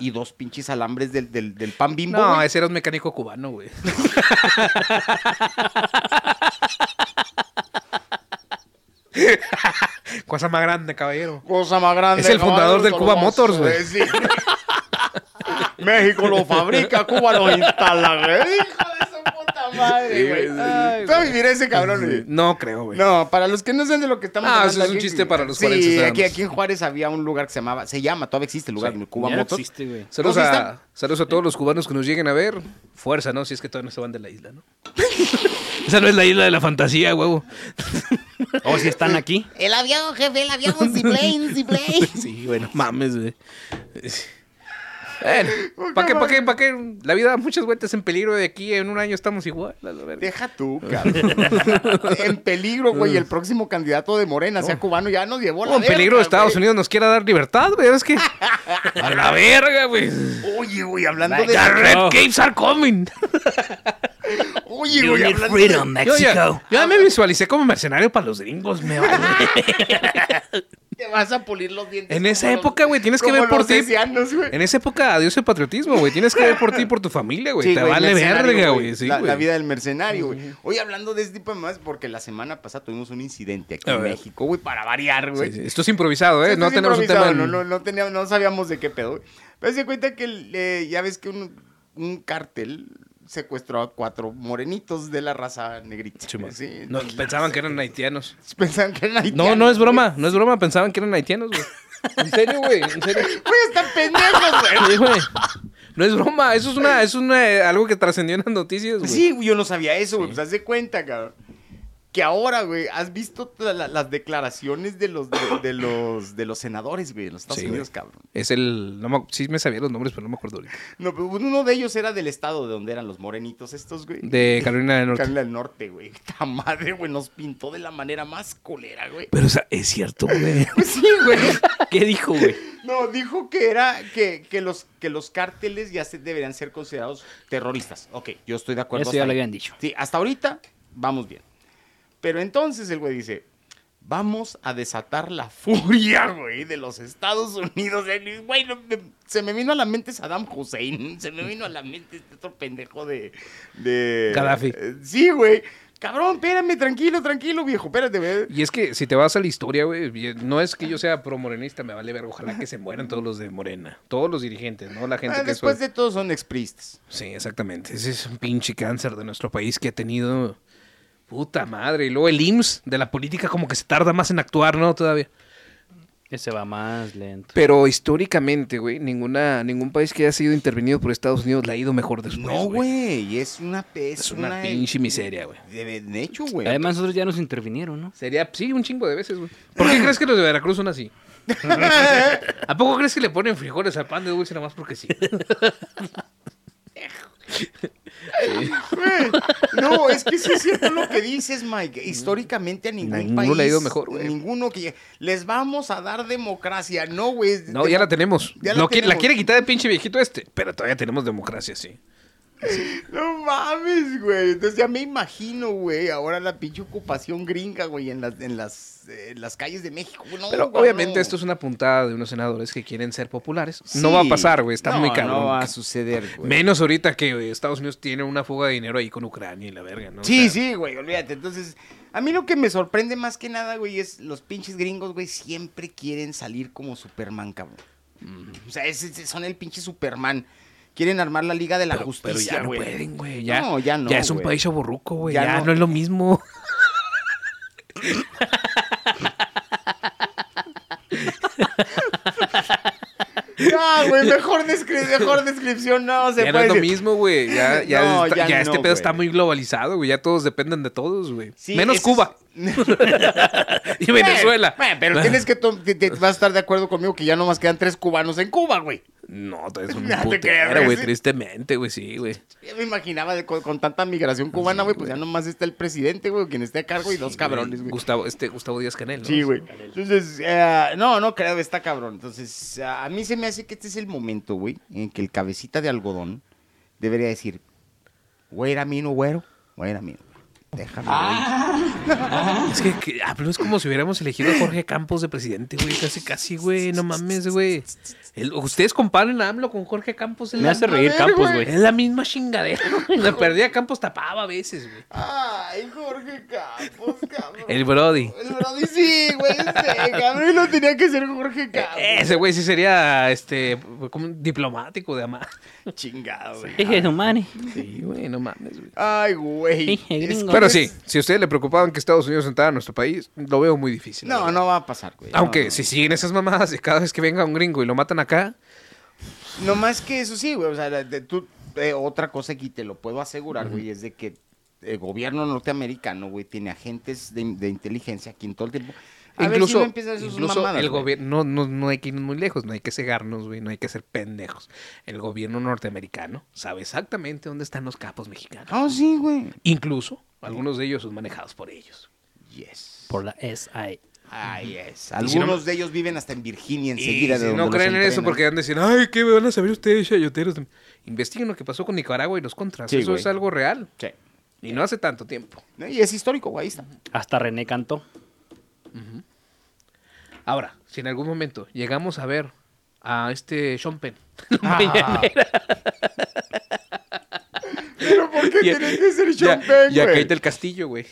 Speaker 1: Y dos pinches alambres del, del, del pan bimbo.
Speaker 2: No,
Speaker 1: güey.
Speaker 2: ese era un mecánico
Speaker 1: [LAUGHS]
Speaker 2: cubano, güey. Cosa más grande, caballero.
Speaker 1: Cosa más grande.
Speaker 2: Es el
Speaker 1: cabrón,
Speaker 2: fundador del
Speaker 1: solo
Speaker 2: Cuba
Speaker 1: vas a
Speaker 2: Motors, güey.
Speaker 1: decir. [LAUGHS] México lo fabrica, Cuba lo instala, güey. [LAUGHS] Hijo de su puta madre, güey. Ay, Tú vas a vivir ese cabrón, güey.
Speaker 2: No creo, güey.
Speaker 1: No, para los que no saben de lo que estamos
Speaker 2: Ah,
Speaker 1: hablando.
Speaker 2: eso es un
Speaker 1: aquí-
Speaker 2: chiste para los
Speaker 1: sí,
Speaker 2: forenses, nada
Speaker 1: aquí,
Speaker 2: más.
Speaker 1: aquí en Juárez había un lugar que se llamaba, se llama, todavía existe el lugar, el Cuba
Speaker 3: Ya no
Speaker 1: Motors.
Speaker 3: existe, [LAUGHS] güey.
Speaker 2: Saludos,
Speaker 1: ¿No, sí
Speaker 2: a,
Speaker 1: está?
Speaker 2: saludos a todos los cubanos que nos lleguen a ver. Fuerza, ¿no? Si es que todavía no se van de la isla, ¿no? [LAUGHS] Esa no es la isla de la fantasía, huevo.
Speaker 3: O Oh, si están aquí.
Speaker 4: El avión, jefe, el avión, Ziplane, Ziplane.
Speaker 2: Sí, bueno, mames, güey. Bueno, ¿para qué, para qué, para qué? La vida da muchas vueltas en peligro de aquí en un año estamos igual. a la verga.
Speaker 1: Deja
Speaker 2: [LAUGHS]
Speaker 1: tú, cabrón. en peligro, güey. El próximo candidato de Morena, sea cubano, ya nos llevó la
Speaker 2: Oh, en peligro
Speaker 1: verga,
Speaker 2: de Estados
Speaker 1: güey.
Speaker 2: Unidos nos quiera dar libertad, güey. Es
Speaker 1: [LAUGHS]
Speaker 2: que. A la verga, güey.
Speaker 1: Oye, güey, hablando de.
Speaker 2: The Red Caves are coming.
Speaker 1: Oye, güey, hablando de-
Speaker 2: Yo ya, yo ya me visualicé como mercenario para los gringos, me
Speaker 1: [LAUGHS]
Speaker 2: vale.
Speaker 1: Te vas a pulir los dientes.
Speaker 2: En esa
Speaker 1: como los-
Speaker 2: época, güey, tienes que
Speaker 1: como
Speaker 2: ver por
Speaker 1: los
Speaker 2: ti.
Speaker 1: hesianos, güey.
Speaker 2: En esa época, adiós el patriotismo, güey. Tienes que ver por ti y por tu familia, güey.
Speaker 1: Sí,
Speaker 2: Te
Speaker 1: güey,
Speaker 2: vale
Speaker 1: mercenario,
Speaker 2: verga, güey. Sí,
Speaker 1: la,
Speaker 2: güey.
Speaker 1: la vida del mercenario, güey. Hoy hablando de este tipo de más, porque la semana pasada tuvimos un incidente aquí
Speaker 2: A
Speaker 1: en
Speaker 2: ver.
Speaker 1: México, güey, para variar, güey.
Speaker 2: Sí, sí. Esto es improvisado, ¿eh?
Speaker 1: Sí, esto
Speaker 2: no
Speaker 1: es
Speaker 2: tenemos un tema.
Speaker 1: improvisado,
Speaker 2: en-
Speaker 1: No, no, no, teníamos- no sabíamos de qué pedo. güey. Pero se cuenta que el, eh, ya ves que un, un cartel secuestró a cuatro morenitos de la raza negrita.
Speaker 2: Sí, man.
Speaker 1: Sí.
Speaker 2: No,
Speaker 1: [LAUGHS]
Speaker 2: pensaban que eran haitianos.
Speaker 1: Pensaban que eran
Speaker 2: No,
Speaker 1: haitianos,
Speaker 2: no es broma, no es broma. Pensaban que eran haitianos, güey. En serio, güey. En
Speaker 1: Güey,
Speaker 2: serio.
Speaker 1: Güey, están pendejos, güey.
Speaker 2: Sí, güey. No es broma, eso es una, es una, eh, algo que trascendió en las noticias, Pues güey.
Speaker 1: Pues Sí, güey, yo no sabía eso, güey. Pues haz de cuenta, cabrón. Que ahora, güey, has visto la- la- las declaraciones de los, de, de los, de los senadores, güey, de los Estados
Speaker 2: Sí,
Speaker 1: Unidos,
Speaker 2: güey.
Speaker 1: cabrón.
Speaker 2: Es el. No me- sí, me sabía los nombres, pero no me acuerdo ahorita.
Speaker 1: No, pero uno de ellos era del estado de donde eran los morenitos estos, güey.
Speaker 2: De Carolina del Norte.
Speaker 1: Carolina del Norte, güey. [LAUGHS] Esta madre, güey, nos pintó de la manera más colera, güey.
Speaker 2: Pero, o sea, es cierto, güey.
Speaker 1: Pues sí, güey.
Speaker 3: [LAUGHS] ¿Qué dijo, güey?
Speaker 1: No, dijo que era que, que los que los cárteles ya se deberían ser considerados terroristas. Ok, yo estoy de acuerdo.
Speaker 3: Eso
Speaker 1: hasta
Speaker 3: ya
Speaker 1: ahí.
Speaker 3: lo habían dicho.
Speaker 1: Sí, hasta ahorita vamos bien. Pero entonces el güey dice, vamos a desatar la [LAUGHS] furia, güey, de los Estados Unidos. Y, Güey, no, me- se me vino a la mente Saddam Hussein, [LAUGHS] se me vino a la mente este otro pendejo de... de
Speaker 2: Gaddafi.
Speaker 1: Eh, Sí, güey. Cabrón, espérame, tranquilo, tranquilo, viejo, espérate, güey.
Speaker 2: Y es que si te vas a la historia, güey, y- no es que yo sea pro-morenista, me vale ver. Ojalá que se mueran todos los de Morena. Todos los dirigentes, ¿no? La gente
Speaker 1: Ah,
Speaker 2: que es-
Speaker 1: después de todo son expristas.
Speaker 2: Sí, exactamente. Ese es un pinche cáncer de nuestro país que ha tenido. Puta madre. Y luego el IMSS de la política, como que se tarda más en actuar, ¿no? Todavía.
Speaker 3: Ese va más lento.
Speaker 2: Pero históricamente, güey, ninguna, ningún país que haya sido intervenido por Estados Unidos le ha ido mejor después.
Speaker 1: No, güey, es una... Es,
Speaker 2: Es una pinche miseria, güey.
Speaker 1: De, de hecho, güey.
Speaker 3: Además, nosotros ya nos
Speaker 1: [LAUGHS]
Speaker 3: intervinieron, ¿no?
Speaker 2: Sería, sí, un chingo de veces, güey. ¿Por qué crees que los de Veracruz son así?
Speaker 1: [LAUGHS]
Speaker 2: ¿A poco crees que le ponen frijoles al pan de dulce nomás porque sí?
Speaker 1: Güey, No, es que sí es cierto lo que dices, Mike. Históricamente a ningún
Speaker 2: Mm. Ninguno
Speaker 1: país.
Speaker 2: le ha ido mejor, güey.
Speaker 1: Ninguno que. Les vamos a dar democracia. No, güey. es
Speaker 2: [LAUGHS] No, ya la
Speaker 1: demo-
Speaker 2: tenemos.
Speaker 1: Ya la
Speaker 2: Lo qui- la
Speaker 1: tenemos.
Speaker 2: quiere quitar el pinche viejito este, pero todavía tenemos democracia, sí.
Speaker 1: No mames, güey. Entonces ya me imagino, güey. Ahora la pinche ocupación gringa, güey, en las, en las, eh, en las calles de México. No,
Speaker 2: Pero
Speaker 1: cabrón.
Speaker 2: obviamente esto es una puntada de unos senadores que quieren ser populares.
Speaker 1: Sí.
Speaker 2: No va a pasar, güey. Está
Speaker 1: No,
Speaker 2: muy cabrón.
Speaker 1: No va a suceder, güey.
Speaker 2: Menos ahorita que eh, Estados Unidos tiene una fuga de dinero ahí con Ucrania y la verga, ¿no? O
Speaker 1: Sí,
Speaker 2: sea,
Speaker 1: sí, güey, olvídate. Entonces, a mí lo que me sorprende más que nada, güey, es los pinches gringos, güey, siempre quieren salir como Superman, cabrón. O sea, es- es- son el pinche Superman. Quieren armar la Liga de la
Speaker 2: Pero, pero
Speaker 1: Justicia,
Speaker 2: ya no
Speaker 1: güey.
Speaker 2: pueden, güey. Ya,
Speaker 1: No, ya no,
Speaker 2: es un
Speaker 1: güey.
Speaker 2: país aburruco, güey.
Speaker 1: Ya
Speaker 2: Ya,
Speaker 1: no.
Speaker 2: no. es lo mismo.
Speaker 1: No, No,
Speaker 2: [LAUGHS]
Speaker 1: güey, mejor, descri- mejor descripción no [LAUGHS] se
Speaker 2: ya no
Speaker 1: puede.
Speaker 2: es lo
Speaker 1: decir.
Speaker 2: mismo, güey. Ya, ya,
Speaker 1: No,
Speaker 2: está-
Speaker 1: ya
Speaker 2: ya
Speaker 1: no,
Speaker 2: este pedo está
Speaker 1: güey.
Speaker 2: muy globalizado, güey. Ya todos dependen de todos, güey.
Speaker 1: Sí,
Speaker 2: Menos
Speaker 1: ese [LAUGHS]
Speaker 2: Cuba [LAUGHS] y Venezuela.
Speaker 1: Eh, eh, pero tienes que. tom- te- te- vas a estar de acuerdo conmigo que ya nomás quedan tres cubanos en Cuba, güey.
Speaker 2: No,
Speaker 1: [LAUGHS]
Speaker 2: es un
Speaker 1: No te
Speaker 2: putero,
Speaker 1: creas,
Speaker 2: güey.
Speaker 1: sí.
Speaker 2: Tristemente, güey, sí, güey.
Speaker 1: Ya me imaginaba de- con, con tanta migración cubana, güey, pues ya nomás está el presidente, güey, quien esté a cargo y dos cabrones, güey.
Speaker 2: Gustavo, este, Gustavo Díaz Canel, ¿no?
Speaker 1: Sí, güey. Entonces, eh, no, no creo, está cabrón. Entonces, ah, a mí se me hace que este es el momento, güey, en que el cabecita de algodón debería decir, güey, a mí no, güero, güey, a mí no, güey. Déjame, güey.
Speaker 2: Ah. Es que, que hablo, es como si hubiéramos elegido a Jorge Campos de presidente, güey. Casi, casi, güey. No mames, güey. El- Ustedes comparen a AMLO con Jorge Campos. es
Speaker 3: Me
Speaker 2: la-
Speaker 3: hace reír Campos, güey.
Speaker 2: Es la misma chingadera. [LAUGHS] güey. La perdida Campos tapaba a veces, güey.
Speaker 1: Ah, Ay, Jorge Campos, cabrón.
Speaker 2: El Brody.
Speaker 1: El Brody sí, güey, este, cabrón, lo tenía que ser Jorge Campos.
Speaker 2: E-, Ese güey sí sería este como un diplomático de amar.
Speaker 1: Chingado, güey.
Speaker 3: Dije, no
Speaker 1: eh.
Speaker 3: mames.
Speaker 2: Sí, güey, no mames, güey.
Speaker 1: Ay, güey.
Speaker 3: Dije,
Speaker 1: Es
Speaker 3: gringo.
Speaker 1: que
Speaker 2: Pero
Speaker 1: es-
Speaker 2: sí, si a usted le preocupaban que Estados Unidos entrara a nuestro país, lo veo muy difícil. la
Speaker 1: No,
Speaker 2: verdad.
Speaker 1: no va a pasar, güey. No,
Speaker 2: Aunque
Speaker 1: no.
Speaker 2: si siguen esas mamadas y cada vez que venga un gringo y lo matan acá,
Speaker 1: No más que eso sí, güey. O sea, la- de- tú, eh, otra cosa que te lo puedo asegurar, güey, es de que el gobierno norteamericano, güey, tiene agentes de, de inteligencia aquí en todo el tiempo. A ver si
Speaker 2: incluso,
Speaker 1: no empiezan sus
Speaker 2: incluso
Speaker 1: mamadas,
Speaker 2: el
Speaker 1: güey.
Speaker 2: gobierno, no, no, no hay que irnos muy lejos, no hay que cegarnos, güey, no hay que ser pendejos. El gobierno norteamericano sabe exactamente dónde están los capos mexicanos.
Speaker 1: Ah, sí, güey.
Speaker 2: Incluso algunos de ellos son manejados por ellos.
Speaker 1: Yes.
Speaker 3: Por la E. SI.
Speaker 1: Ah, yes.
Speaker 2: Y si no-
Speaker 1: Algunos de ellos viven hasta en Virginia
Speaker 2: Y
Speaker 1: enseguida. de
Speaker 2: si
Speaker 1: donde
Speaker 2: no
Speaker 1: los
Speaker 2: creen en eso
Speaker 1: entrenan.
Speaker 2: porque andan diciendo, ay, ¿qué van a saber ustedes, chayoteros? Investiguen lo que pasó con Nicaragua y los contras.
Speaker 1: Sí,
Speaker 2: eso
Speaker 1: güey.
Speaker 2: es algo real.
Speaker 1: Sí.
Speaker 2: Y no hace tanto tiempo.
Speaker 1: No, Y es histórico, güey, ahí
Speaker 2: [LAUGHS]
Speaker 1: está.
Speaker 3: Hasta René cantó.
Speaker 2: Ahora, si en algún momento llegamos a ver a este Sean Penn
Speaker 1: Ah. [LAUGHS] Pero
Speaker 2: [LAUGHS]
Speaker 1: ¿por qué
Speaker 2: Ya-
Speaker 1: tiene que ser
Speaker 2: ya,
Speaker 1: Sean Penn,
Speaker 2: ya
Speaker 1: güey?
Speaker 2: caíte el castillo, güey.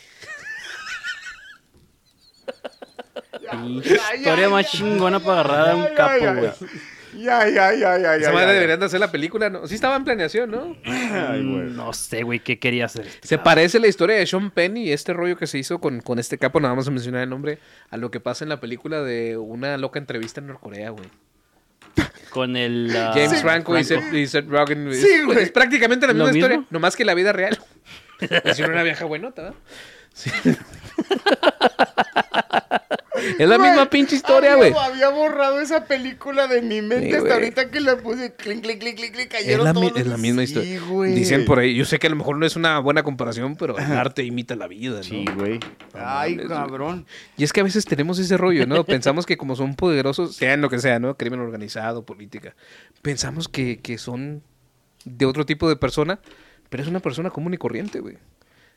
Speaker 3: Pinche historia más chingona para agarrar a un capo, güey.
Speaker 1: Ya, ya, ya, ya,
Speaker 2: Esa
Speaker 1: ya.
Speaker 2: madre
Speaker 1: ya,
Speaker 2: deberían de hacer la película, ¿no? Sí estaba en planeación, ¿no?
Speaker 3: Mm, No sé, güey, qué quería hacer. este
Speaker 2: Se
Speaker 3: cabrón.
Speaker 2: parece la historia de Sean Penn y este rollo que se hizo con, con este capo, nada más a mencionar el nombre, a lo que pasa en la película de una loca entrevista en Norcorea, güey.
Speaker 3: Con el. ah,
Speaker 2: James Franco, y Seth, y Seth Rogen.
Speaker 1: Sí,
Speaker 2: es,
Speaker 1: güey.
Speaker 2: es prácticamente la
Speaker 3: ¿Lo
Speaker 2: misma historia,
Speaker 3: mismo?
Speaker 2: nomás que la vida [LAUGHS] real. Hicieron una vieja buenota, ¿verdad? Sí. [LAUGHS] es la misma pinche historia,
Speaker 1: Había-
Speaker 2: güey.
Speaker 1: Había borrado esa película de mi mente
Speaker 2: Sí,
Speaker 1: hasta
Speaker 2: güey.
Speaker 1: ahorita que la puse. Clic, clic, clic, clic, clic.
Speaker 2: Es
Speaker 1: Cayeron
Speaker 2: la, mi-
Speaker 1: todos los-
Speaker 2: es la misma
Speaker 1: Sí,
Speaker 2: historia.
Speaker 1: güey.
Speaker 2: Dicen por ahí, yo sé que a lo mejor no es una buena comparación, pero el arte imita la vida, ¿no?
Speaker 1: Sí, güey. Ay, cabrón.
Speaker 2: Y es que a veces tenemos ese rollo, ¿no? Pensamos que como son poderosos, sean lo que sea, ¿no? Crimen organizado, política. Pensamos que, que son de otro tipo de persona, pero es una persona común y corriente, güey.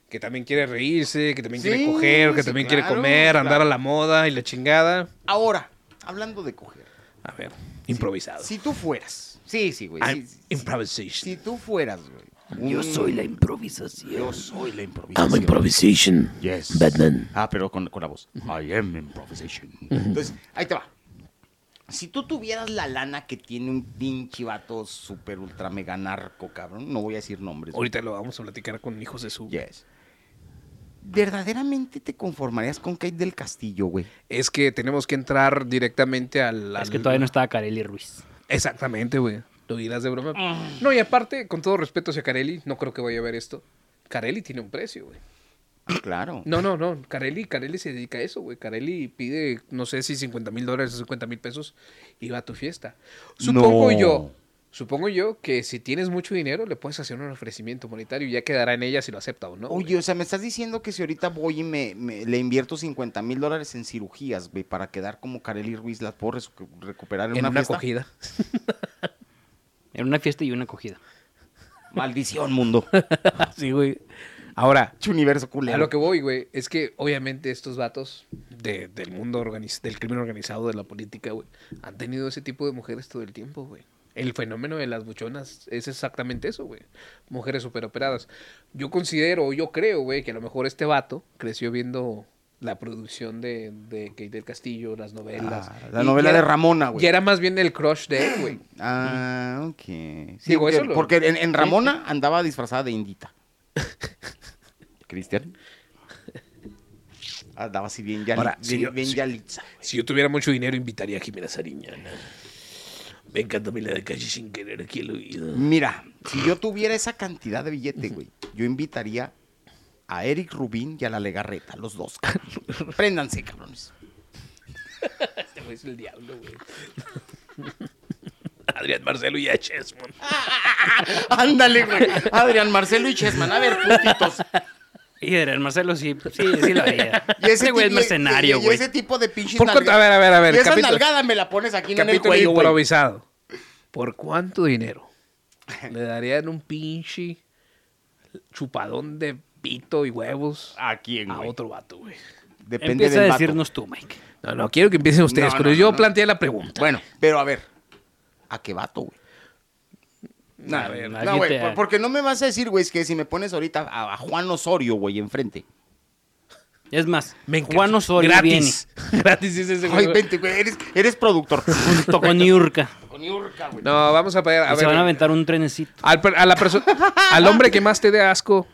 Speaker 2: Que también quiere reírse, que también
Speaker 1: Sí,
Speaker 2: quiere coger, que
Speaker 1: sí,
Speaker 2: también quiere
Speaker 1: claro,
Speaker 2: comer, andar
Speaker 1: claro.
Speaker 2: a la moda y la chingada.
Speaker 1: Ahora, hablando de coger.
Speaker 2: A ver, improvisado.
Speaker 1: Si tú fueras. Sí, sí, güey.
Speaker 2: I'm
Speaker 1: sí, sí,
Speaker 2: improvisation.
Speaker 1: Si tú fueras, güey. un-
Speaker 5: improvisación.
Speaker 1: Yo soy la improvisación.
Speaker 5: I'm improvisation.
Speaker 1: Yes.
Speaker 5: Batman.
Speaker 1: Ah, pero con, con la voz. I am improvisation. Entonces, ahí te va. Si tú tuvieras la lana que tiene un pinche vato super ultra mega narco, cabrón, no voy a decir nombres. güey.
Speaker 2: Ahorita lo vamos a platicar con hijos de su.
Speaker 1: Yes. ¿Verdaderamente te conformarías con Kate del Castillo, güey?
Speaker 2: Es que tenemos que entrar directamente al.
Speaker 3: Es que
Speaker 2: al-
Speaker 3: todavía no estaba Carelli Ruiz.
Speaker 2: Exactamente, güey. Lo dirás de broma. No, y aparte, con todo respeto hacia Carelli, no creo que vaya a ver esto. Carelli tiene un precio, güey.
Speaker 1: Ah, Claro.
Speaker 2: No, no, no. Carelli, Carelli se dedica a eso, güey. Carelli pide, no sé si 50 mil dólares o 50 mil pesos y va a tu fiesta. Supongo
Speaker 1: No.
Speaker 2: yo, supongo yo que si tienes mucho dinero le puedes hacer un ofrecimiento monetario y ya quedará en ella si lo acepta o no. güey.
Speaker 1: Oye, o sea, me estás diciendo que si ahorita voy y me, me- le invierto 50 mil dólares en cirugías, güey, para quedar como Kareli Ruiz, las puedo resu- recuperar en,
Speaker 2: en una,
Speaker 1: fiesta?
Speaker 2: acogida.
Speaker 3: Era una fiesta y una acogida.
Speaker 1: Maldición, mundo.
Speaker 3: Ah,
Speaker 2: sí, güey. [LAUGHS] Ahora,
Speaker 1: Che universo culero.
Speaker 2: A lo que voy, güey, es que obviamente estos vatos de- del mundo organiz- del crimen organizado, de la política, güey, han tenido ese tipo de mujeres todo el tiempo, güey. El fenómeno de las buchonas es exactamente eso, güey. Mujeres superoperadas. Yo considero, yo creo, güey, que a lo mejor este vato creció viendo la producción de, de Kate del Castillo, las novelas.
Speaker 1: Ah, la
Speaker 2: Y
Speaker 1: novela
Speaker 2: ya-
Speaker 1: de Ramona, güey.
Speaker 2: Y era más bien el crush de él, güey.
Speaker 1: Ah, ok. Sí,
Speaker 2: Digo,
Speaker 1: porque,
Speaker 2: eso lo-
Speaker 1: porque en, en Ramona andaba disfrazada de
Speaker 2: [LAUGHS]
Speaker 1: indita. ¿Cristian? Andaba así bien, yali-
Speaker 2: Ahora,
Speaker 1: bien,
Speaker 2: sí, yo-
Speaker 1: bien
Speaker 2: sí.
Speaker 1: yalitza.
Speaker 2: Si yo tuviera mucho dinero, invitaría a Jimena Sariñana.
Speaker 5: Me encanta mirar la calle sin querer aquí el oído.
Speaker 1: Mira, si yo tuviera esa cantidad de billete, güey, yo invitaría a Eric Rubín y a la Legarreta, los dos. cabrón. Préndanse, cabrones.
Speaker 5: Este güey es el diablo, güey. Adrián Marcelo y a Chesmon.
Speaker 2: Ah,
Speaker 1: Ándale, güey. Adrián, Marcelo y Chesman. A ver, putitos.
Speaker 3: Y el Marcelo sí, sí, sí lo [LAUGHS] veía.
Speaker 1: Y
Speaker 3: ese güey es
Speaker 1: ti-
Speaker 3: mercenario,
Speaker 1: y- y
Speaker 3: güey.
Speaker 1: ese tipo de pinches
Speaker 2: ¿Por cuánto?
Speaker 1: nalga-
Speaker 2: A ver, a ver, a ver,
Speaker 1: Y esa
Speaker 2: capítulo-
Speaker 1: nalgada me la pones aquí en el
Speaker 2: Capítulo
Speaker 1: cuello, güey.
Speaker 2: improvisado. ¿Por cuánto dinero le darían un pinche chupadón de pito y huevos
Speaker 1: ¿A quién,
Speaker 2: a
Speaker 1: Ah, güey?
Speaker 2: otro vato, güey?
Speaker 1: Depende
Speaker 3: Empieza a
Speaker 1: del vato.
Speaker 3: decirnos tú, Mike.
Speaker 2: No, no, quiero que empiecen ustedes,
Speaker 1: No,
Speaker 2: pero
Speaker 1: no,
Speaker 2: yo
Speaker 1: no.
Speaker 2: planteé la pregunta.
Speaker 1: Bueno, pero a ver. ¿A qué vato, güey? No,
Speaker 3: A ver,
Speaker 1: no,
Speaker 3: alguien
Speaker 1: güey,
Speaker 3: te-
Speaker 1: por- porque no me vas a decir, güey, es que si me pones ahorita a, a Juan Osorio, güey, enfrente.
Speaker 3: Es más,
Speaker 2: Me encanta.
Speaker 3: Juan Osorio
Speaker 2: Gratis. [LAUGHS] Gratis dice ese
Speaker 1: Ay,
Speaker 2: güey.
Speaker 1: vente, güey, eres, eres productor.
Speaker 3: viene junto con Yurka.
Speaker 1: Con Iurka, güey.
Speaker 2: No, vamos a ver. A
Speaker 3: y se
Speaker 2: ver,
Speaker 3: van a aventar un trenecito.
Speaker 2: al, per- a la perso- al hombre que más te dé asco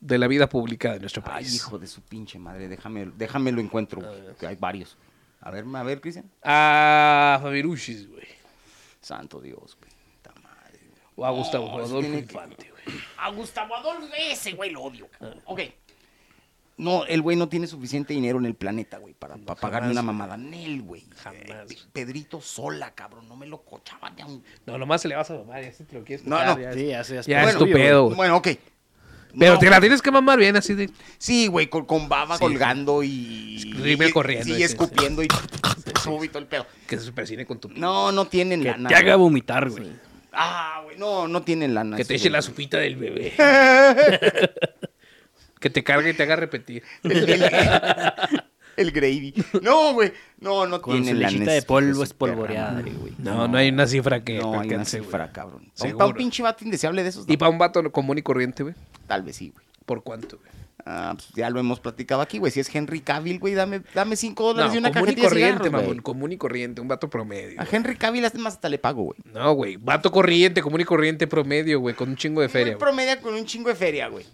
Speaker 2: de la vida pública de nuestro
Speaker 1: Ay,
Speaker 2: país.
Speaker 1: hijo de su pinche madre, déjame, déjame lo encuentro, güey, que hay varios. A ver, a ver, Cristian.
Speaker 2: A Fabirushis, güey.
Speaker 1: Santo Dios, güey. puta madre.
Speaker 2: O a Gustavo
Speaker 1: eso
Speaker 2: Adolfo
Speaker 1: tiene que-
Speaker 2: Infante, güey.
Speaker 1: A Gustavo Adolfo, ese güey lo odio. Ah. Ok. No, el güey no tiene suficiente dinero en el planeta, güey, para, para pagarme una mamada. Nel, güey.
Speaker 2: Jamás.
Speaker 1: Eh, Pedrito sola, cabrón. No me lo cochaba de un-
Speaker 2: No, nomás se le vas a mamar y así te lo quieres
Speaker 1: No,
Speaker 2: quitar,
Speaker 1: no.
Speaker 2: ya.
Speaker 3: Sí, hace
Speaker 2: Ya
Speaker 1: Bueno,
Speaker 2: es tu pedo, güey.
Speaker 1: Bueno, ok.
Speaker 2: Pero
Speaker 1: No,
Speaker 2: te la tienes que mamar bien así de...
Speaker 1: Sí, güey, con, con baba colgando y.
Speaker 2: Rímel
Speaker 1: y-
Speaker 2: corriendo,
Speaker 1: Sí,
Speaker 2: ese,
Speaker 1: escupiendo [LAUGHS]
Speaker 2: [LAUGHS]
Speaker 1: y. súbito el pedo.
Speaker 2: Que se supercine con tu...
Speaker 1: No, no tienen
Speaker 3: Que
Speaker 1: lana.
Speaker 3: te haga vomitar, güey.
Speaker 1: Ah, güey, no, no tienen lana.
Speaker 2: que te
Speaker 1: esos
Speaker 2: eche la
Speaker 1: güeyes.
Speaker 2: supita del bebé. que te cargue y te haga repetir.
Speaker 1: [LAUGHS] El, el- el gravy. No, güey. No, no
Speaker 3: Con su
Speaker 1: tienen lana.
Speaker 3: lechita de
Speaker 1: esos-
Speaker 3: polvo
Speaker 1: esos
Speaker 3: espolvoreada,
Speaker 1: perra,
Speaker 3: güey.
Speaker 2: No, no hay una cifra que...
Speaker 1: No, hay una
Speaker 2: alcance, güey.
Speaker 1: cifra, cabrón. Para un,
Speaker 2: Seguro.
Speaker 1: pinche vato indeseable de esos,
Speaker 2: Y para un vato común y corriente, güey.
Speaker 1: tal vez sí, güey.
Speaker 2: ¿Por cuánto, güey?
Speaker 1: Ah, pues ya lo hemos platicado aquí, güey. Si es Henry Cavill, güey, dame, dame cinco dólares
Speaker 2: No,
Speaker 1: y una
Speaker 2: común y
Speaker 1: cajetilla de
Speaker 2: corriente,
Speaker 1: cigarros,
Speaker 2: mamón.
Speaker 1: güey.
Speaker 2: Común y corriente, un vato promedio.
Speaker 1: A Henry Cavill hasta más hasta le pago, güey.
Speaker 2: No, güey. Vato corriente, común y corriente promedio, güey. Con un chingo de
Speaker 1: Güey,
Speaker 2: feria, güey.
Speaker 1: promedia con un chingo de feria, güey.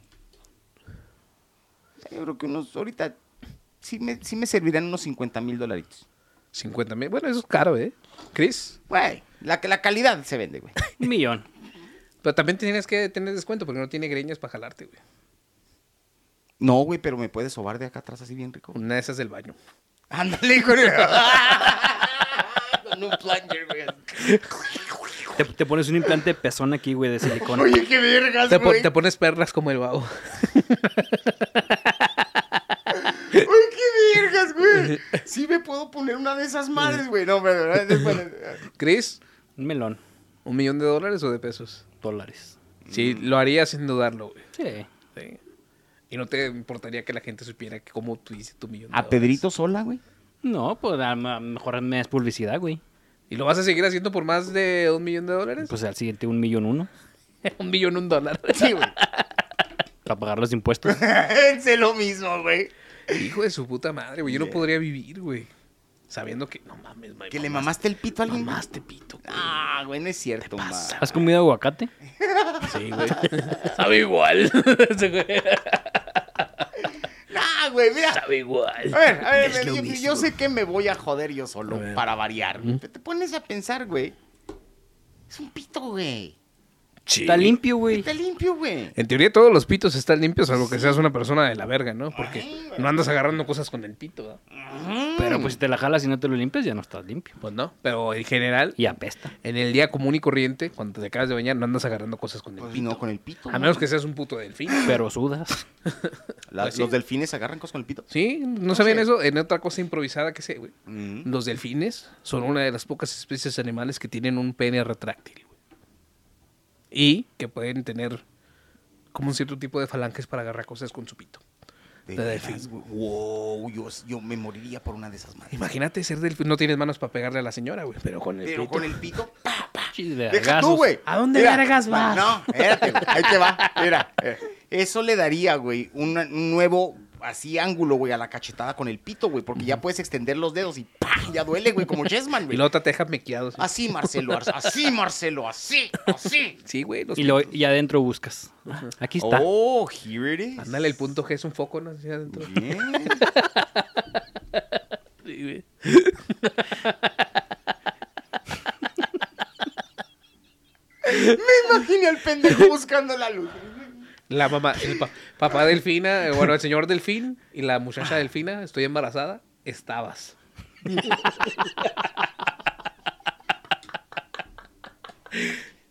Speaker 1: Yo creo que unos, ahorita, sí me, sí me servirán unos 50 mil dolaritos.
Speaker 2: 50 mil. Bueno, eso es caro, ¿eh? Chris.
Speaker 1: Güey, la, la calidad se vende, güey.
Speaker 3: Un millón.
Speaker 2: Pero también tienes que tener descuento porque no tiene greñas para jalarte, güey.
Speaker 1: No, güey, pero me puedes sobar de acá atrás así bien rico.
Speaker 2: Una de esas del baño.
Speaker 1: Ándale, güey. Con un plunger, güey.
Speaker 3: Te, te pones un implante de pezón aquí, güey, de silicona.
Speaker 1: Oye, qué vergas,
Speaker 2: Te, pon-
Speaker 1: Ah, güey.
Speaker 2: te pones perlas como el babo.
Speaker 1: Uy, qué vergas, güey. Sí me puedo poner una de esas madres, güey. No, pero no, después-
Speaker 2: [LAUGHS] Chris,
Speaker 3: Un melón.
Speaker 2: ¿un millón de dólares o de pesos?
Speaker 3: Dólares.
Speaker 2: Sí, lo haría sin dudarlo, güey.
Speaker 3: Sí.
Speaker 2: Sí. Y no te importaría que la gente supiera que cómo tú hiciste tu millón de
Speaker 1: A
Speaker 2: dólares.
Speaker 1: Pedrito sola, güey.
Speaker 3: No, pues a lo mejor me das publicidad, güey.
Speaker 2: ¿Y lo vas a seguir haciendo por más de un millón de dólares?
Speaker 3: Pues al siguiente un millón uno.
Speaker 2: [LAUGHS] un millón, un dólar. [LAUGHS]
Speaker 1: Sí, güey. [LAUGHS]
Speaker 3: Para pagar los impuestos.
Speaker 1: Sé lo mismo, güey.
Speaker 2: Hijo de su puta madre, güey. Yo no podría vivir, güey. Sabiendo que. No mames,
Speaker 1: Que le mamaste el pito a alguien.
Speaker 2: más te pito, güey.
Speaker 1: Ah, güey, no es cierto, ma.
Speaker 3: ¿Has comido aguacate?
Speaker 2: Sí, güey. Sabe igual. Ese güey
Speaker 1: Ah, güey, mira.
Speaker 5: Sabe igual.
Speaker 1: A ver, a ver,
Speaker 5: Es lo
Speaker 1: yo, yo
Speaker 5: mismo.
Speaker 1: sé que me voy a joder yo solo
Speaker 2: A ver.
Speaker 1: para variar. güey. Pero Te pones a pensar, güey. Es un pito, güey.
Speaker 5: Sí.
Speaker 3: Está limpio, güey.
Speaker 1: Está limpio, güey.
Speaker 2: En teoría todos los pitos están limpios, salvo que seas una persona de la verga, ¿no? Porque no andas agarrando cosas con el pito, ¿verdad?
Speaker 3: Pero pues si te la jalas y no te lo limpias, ya no estás limpio.
Speaker 2: Pues no. Pero en general,
Speaker 3: Y apesta.
Speaker 2: en el día común y corriente, cuando te acabas de bañar, no andas agarrando cosas con el
Speaker 1: Pues
Speaker 2: pito.
Speaker 1: no, con el pito.
Speaker 2: A
Speaker 1: güey.
Speaker 2: menos que seas un puto delfín.
Speaker 3: Pero sudas.
Speaker 1: La-
Speaker 2: pues sí.
Speaker 1: Los delfines agarran cosas con el pito.
Speaker 2: Sí, no sabían eso. En otra cosa improvisada que sé, güey.
Speaker 1: ¿Mm?
Speaker 2: Los delfines son una de las pocas especies animales que tienen un pene retráctil, güey. Y que pueden tener como un cierto tipo de falanges para agarrar cosas con su pito.
Speaker 1: De
Speaker 2: De
Speaker 1: veras,
Speaker 2: delfín.
Speaker 1: güey. Wow, yo, yo me moriría por una de esas madres.
Speaker 2: Imagínate ser delfín. No tienes manos para pegarle a la señora, güey. Pero con el
Speaker 1: Pero
Speaker 2: pito.
Speaker 1: con el pito,
Speaker 2: [LAUGHS]
Speaker 1: pa, pa.
Speaker 3: Chis,
Speaker 1: Deja tú,
Speaker 3: vergazos.
Speaker 1: güey.
Speaker 5: ¿A dónde
Speaker 1: Mira,
Speaker 5: vergas vas?
Speaker 1: No, espérate, güey. Ahí te va. Mira.
Speaker 2: [LAUGHS]
Speaker 1: eh, Eso le daría, güey, una- un nuevo así ángulo, güey, a la cachetada con el pito, güey. Porque ya puedes extender los dedos y ¡pa! Ya duele, güey, como Chessman,
Speaker 2: Y
Speaker 1: güey.
Speaker 2: la otra te deja mequeado. así.
Speaker 1: Así, Marcelo, ar- así, Marcelo, así, así.
Speaker 2: Sí, güey. los
Speaker 3: Y, lo,
Speaker 2: pitos.
Speaker 3: y adentro buscas. Aquí está.
Speaker 1: Oh, here it is.
Speaker 2: Ándale, el punto G es un foco, ¿no? Así adentro.
Speaker 1: Bien.
Speaker 2: Sí, güey.
Speaker 1: imaginé al pendejo buscando la luz.
Speaker 2: La mamá, el pa- papá Delfina, eh, bueno, el señor Delfín y la muchacha Delfina, estoy embarazada, estabas.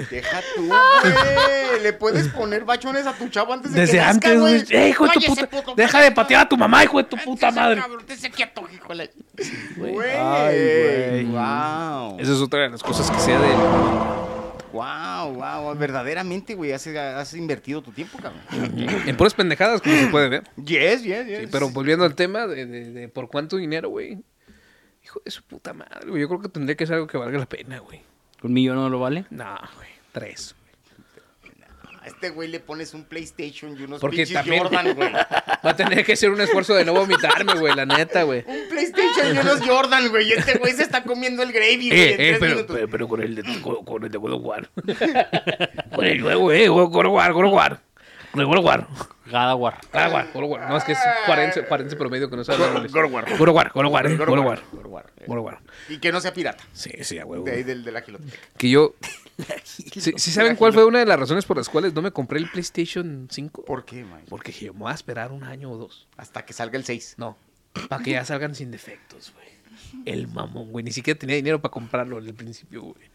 Speaker 1: Deja tú, güey. Le puedes poner bachones a tu chavo antes de que
Speaker 5: Desde
Speaker 1: nazca,
Speaker 5: antes, güey. ¡Eh, hijo de tu
Speaker 4: Oye, ese
Speaker 5: puta!
Speaker 4: puto-
Speaker 5: Deja de patear a tu mamá, hijo de tu puta madre.
Speaker 4: Cabrón, te quieto, híjole.
Speaker 1: Güey.
Speaker 3: Ay, güey.
Speaker 1: Wow.
Speaker 2: Esa es otra de las cosas que sea de...
Speaker 1: Wow, wow. Verdaderamente, güey, has, has invertido tu tiempo, cabrón.
Speaker 2: En puras pendejadas, como se puede ver.
Speaker 1: Yes, yes, yes.
Speaker 2: Sí, pero
Speaker 5: pues,
Speaker 2: volviendo al tema de, de- de por cuánto dinero, güey. Hijo de su puta madre, güey. Yo creo que tendría que ser algo que valga la pena, güey.
Speaker 3: ¿Un millón no lo vale?
Speaker 2: No, güey. Tres. güey.
Speaker 1: A este güey le pones un PlayStation y unos
Speaker 2: Porque
Speaker 1: pinches
Speaker 2: también-
Speaker 5: [LAUGHS]
Speaker 1: Jordan, güey.
Speaker 2: Va a tener que ser un esfuerzo de no vomitarme, güey, la neta, güey.
Speaker 1: Un PlayStation y unos Jordan, güey. Y este güey se está comiendo el gravy, güey. en
Speaker 5: Eh, eh,
Speaker 1: tres
Speaker 5: pero,
Speaker 1: minutos.
Speaker 5: pero, pero con el de con, con el de God of War. [LAUGHS] con el nuevo, eh, God God of War, God of War. Con el God of War.
Speaker 3: Gadawar.
Speaker 2: Ah, güey, God of War. No, es que es cuarense, cuarense promedio que no sabe. inglés.
Speaker 5: God of War, God of War, God of War, eh, God of War.
Speaker 1: Por guarda, eh.
Speaker 5: God of War.
Speaker 1: Y que no sea pirata.
Speaker 5: Sí, sí, a huevo.
Speaker 1: De ahí del, de la giloteca. [LAUGHS]
Speaker 2: Que yo. Si saben cuál fue una de las razones por las cuales no me compré el PlayStation 5?
Speaker 1: ¿Por qué, man?
Speaker 2: Porque dije, me voy a esperar un año o dos.
Speaker 1: Hasta que salga el 6.
Speaker 2: [LAUGHS] No. Para que ya salgan sin defectos, güey. El mamón, güey. Ni siquiera tenía dinero para comprarlo al principio, güey.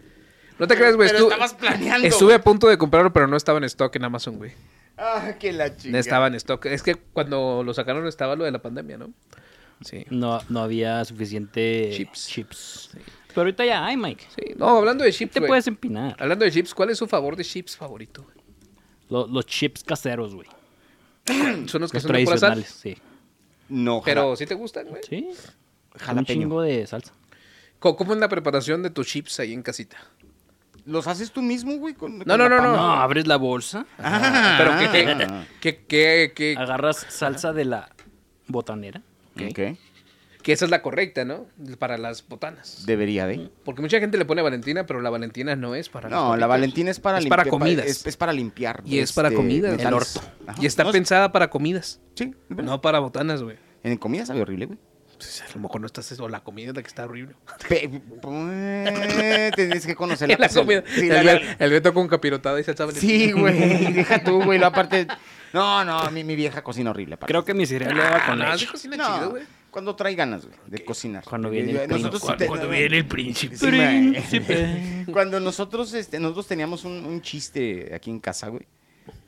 Speaker 2: No te creas, güey.
Speaker 1: Pero
Speaker 2: estuve-
Speaker 1: estabas planeando,
Speaker 2: Estuve
Speaker 1: güey.
Speaker 2: a punto de comprarlo, pero no estaba en stock en Amazon, güey.
Speaker 1: Ah, que la
Speaker 2: No
Speaker 1: chingada.
Speaker 2: estaba en stock. Es que cuando lo sacaron estaba lo de la pandemia, ¿no? Sí.
Speaker 3: No, no había suficiente
Speaker 2: Chips.
Speaker 3: Pero ahorita ya hay, Mike.
Speaker 2: Sí. No, hablando de chips,
Speaker 3: Te
Speaker 2: güey.
Speaker 3: puedes empinar.
Speaker 2: Hablando de chips, ¿cuál es su favor de chips favorito? güey?
Speaker 3: Lo- Los, chips caseros, güey.
Speaker 2: Son los que
Speaker 3: Los
Speaker 2: son de pura sal.
Speaker 3: tradicionales, sí.
Speaker 1: No,
Speaker 2: Pero sí te gustan, güey.
Speaker 3: Sí. Un
Speaker 1: Jalapeño.
Speaker 3: chingo de salsa.
Speaker 2: Co- ¿Cómo es la preparación de tus chips ahí en casita?
Speaker 1: ¿Los haces tú mismo, güey? con-
Speaker 2: No,
Speaker 1: con
Speaker 2: no,
Speaker 1: la
Speaker 2: no,
Speaker 1: pan-
Speaker 2: no.
Speaker 3: No, abres la bolsa,
Speaker 1: Ah,
Speaker 2: Pero que, que, que, que,
Speaker 3: agarras salsa de la botanera.
Speaker 1: Ok.
Speaker 2: que esa es la correcta, ¿no? Para las botanas.
Speaker 1: Debería de.
Speaker 2: Porque mucha gente le pone Valentina, pero la Valentina no es para las
Speaker 1: No, la
Speaker 2: papitas.
Speaker 1: Valentina es para
Speaker 2: Es
Speaker 1: limpiar-
Speaker 2: para comidas.
Speaker 1: Es, es para limpiar.
Speaker 2: Y es para
Speaker 1: este,
Speaker 2: comidas. El
Speaker 1: metales.
Speaker 2: orto.
Speaker 1: Ajá.
Speaker 2: Y está
Speaker 1: No,
Speaker 2: pensada para comidas.
Speaker 1: Sí.
Speaker 2: No para botanas, güey.
Speaker 1: En comida sabe horrible, güey.
Speaker 2: Pues, a lo mejor no estás... O la comida es la que
Speaker 1: [LAUGHS]
Speaker 2: está horrible. [LAUGHS]
Speaker 1: Pe- pues, Tienes que conocer
Speaker 2: La comida.
Speaker 1: Sí, la-
Speaker 2: el, el- el Beto con capirotada y salsa Valentina.
Speaker 1: Sí, güey. Deja tú, güey. Lo aparte. No, no, mi, mi vieja cocina horrible. aparte.
Speaker 3: Creo que mi cereal le daba con
Speaker 2: Ah,
Speaker 3: leche.
Speaker 2: sí cocina
Speaker 1: No,
Speaker 2: chido, güey.
Speaker 1: Cuando trae ganas, güey, de cocinar.
Speaker 3: Cuando viene el
Speaker 1: Nosotros
Speaker 5: Cuando,
Speaker 1: te-
Speaker 5: cuando viene el príncipe.
Speaker 1: Sí, güey. [LAUGHS] Cuando nosotros, este, nosotros teníamos un, un chiste aquí en casa, güey.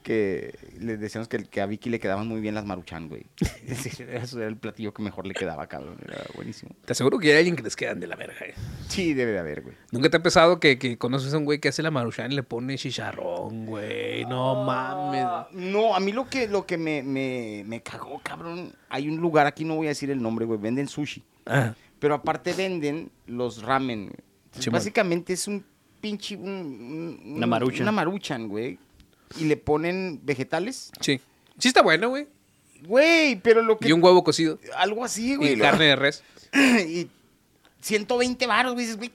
Speaker 1: Que le decíamos que, que a Vicky le quedaban muy bien las maruchan, güey. [LAUGHS] Ese era ese era el platillo que mejor le quedaba, cabrón. Era buenísimo.
Speaker 2: Te aseguro que hay alguien que les quedan de la verga, eh.
Speaker 1: Sí, debe de haber, güey.
Speaker 2: ¿Nunca te ha pesado que, que conoces a un güey que hace la maruchan y le pone chicharrón, güey? No mames.
Speaker 1: No, a mí lo que, lo que me, me, me cagó, cabrón. Hay un lugar, aquí no voy a decir el nombre, güey. Venden sushi.
Speaker 2: Ah,
Speaker 1: Pero aparte venden los ramen. güey. Entonces,
Speaker 2: Simón.
Speaker 1: básicamente es un pinche. un- un- un-
Speaker 3: Una maruchan.
Speaker 1: Una maruchan, güey. Y le ponen vegetales.
Speaker 2: sí. Sí está bueno, güey.
Speaker 1: Güey, pero lo que.
Speaker 2: Y un huevo cocido.
Speaker 1: Algo así, güey.
Speaker 2: Y carne de res.
Speaker 1: [LAUGHS] y 120 baros, güey. Dices, güey,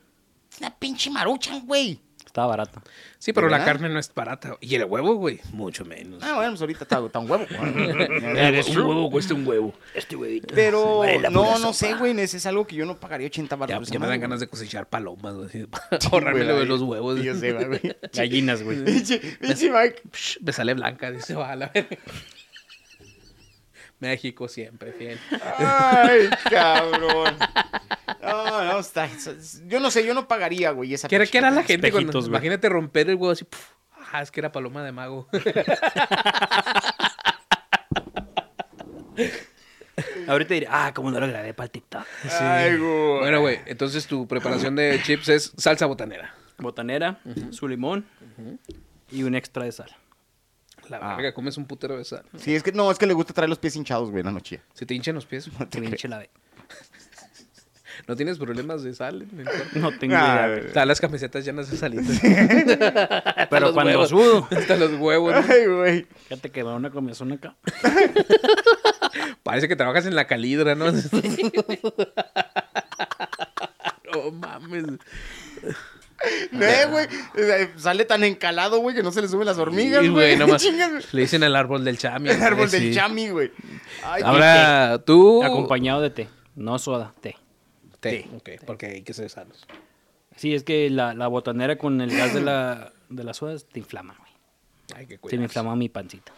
Speaker 1: es una pinche maruchan, güey.
Speaker 3: Estaba barato.
Speaker 2: Sí, pero la
Speaker 1: verdad?
Speaker 2: carne no es barata. Y el huevo, güey.
Speaker 5: Mucho menos.
Speaker 1: Ah, bueno, pues ahorita está, está un huevo.
Speaker 2: [LAUGHS]
Speaker 1: güey.
Speaker 5: un huevo cuesta un huevo.
Speaker 2: Ah,
Speaker 5: Este huevito.
Speaker 1: pero no, no sé, güey. ese Es algo que yo no pagaría 80 baros. por
Speaker 2: Ya, ya
Speaker 1: esa
Speaker 2: pues me
Speaker 1: pues, madre,
Speaker 2: dan ganas de cosechar palomas, güey. así, para Ahorrarme
Speaker 1: güey,
Speaker 2: lo de
Speaker 1: ahí.
Speaker 2: los huevos.
Speaker 1: güey. Yo sé,
Speaker 2: [LAUGHS]
Speaker 1: güey.
Speaker 3: Gallinas, güey.
Speaker 1: Pinche pinche Mike.
Speaker 2: Psh, me sale blanca, dice, va a la verga. [LAUGHS] México siempre, fiel.
Speaker 1: Ah, Ay, cabrón. No, no, está. Yo no sé, yo no pagaría, güey, esa
Speaker 2: ¿Qué era,
Speaker 1: pinche
Speaker 2: qué era la
Speaker 1: pena.
Speaker 2: gente cuando-
Speaker 3: Espejitos, güey.
Speaker 2: Imagínate romper el huevo así. puf, ah, es que era paloma de mago.
Speaker 3: Ahorita diré, ah, cómo no lo grabé para el TikTok.
Speaker 1: Ay, güey.
Speaker 2: bueno, güey, entonces tu preparación de chips es salsa botanera.
Speaker 3: Botanera, su limón y un extra de sal.
Speaker 2: La verga, comes un putero de sal.
Speaker 1: Sí, es que no, es que le gusta traer los pies hinchados, güey, en la noche.
Speaker 2: Se te hinchan los pies.
Speaker 3: Que me hinche la ve-
Speaker 2: No tienes problemas de sal. en el cuerpo?
Speaker 3: No tengo
Speaker 1: Ah,
Speaker 3: idea.
Speaker 1: güey.
Speaker 3: güey.
Speaker 2: Están las camisetas llenas de salita. [LAUGHS]
Speaker 3: Pero
Speaker 5: los
Speaker 3: cuando
Speaker 5: huevos.
Speaker 3: sudo,
Speaker 2: Hasta los huevos. ¿no?
Speaker 1: Ay, güey.
Speaker 3: fíjate que me da una comezón acá.
Speaker 2: [LAUGHS] Parece que trabajas en la calidra, ¿no? [LAUGHS] no mames.
Speaker 1: No, güey. eh, Sale tan encalado, güey, que no se le suben las hormigas,
Speaker 2: Sí,
Speaker 1: güey. [LAUGHS]
Speaker 2: nomás.
Speaker 1: Chingas, güey.
Speaker 2: Le dicen el árbol del chami.
Speaker 1: El árbol
Speaker 2: Sí.
Speaker 1: del chami, güey. Ay,
Speaker 2: Ahora tú.
Speaker 3: Acompañado de té. No soda, té.
Speaker 2: Té, ok, porque hay que ser sanos.
Speaker 3: Sí, es que la, la botanera con el gas de la de las sodas te inflama, güey.
Speaker 2: Ay, qué
Speaker 3: Se
Speaker 2: cuidado.
Speaker 3: me inflama mi pancita.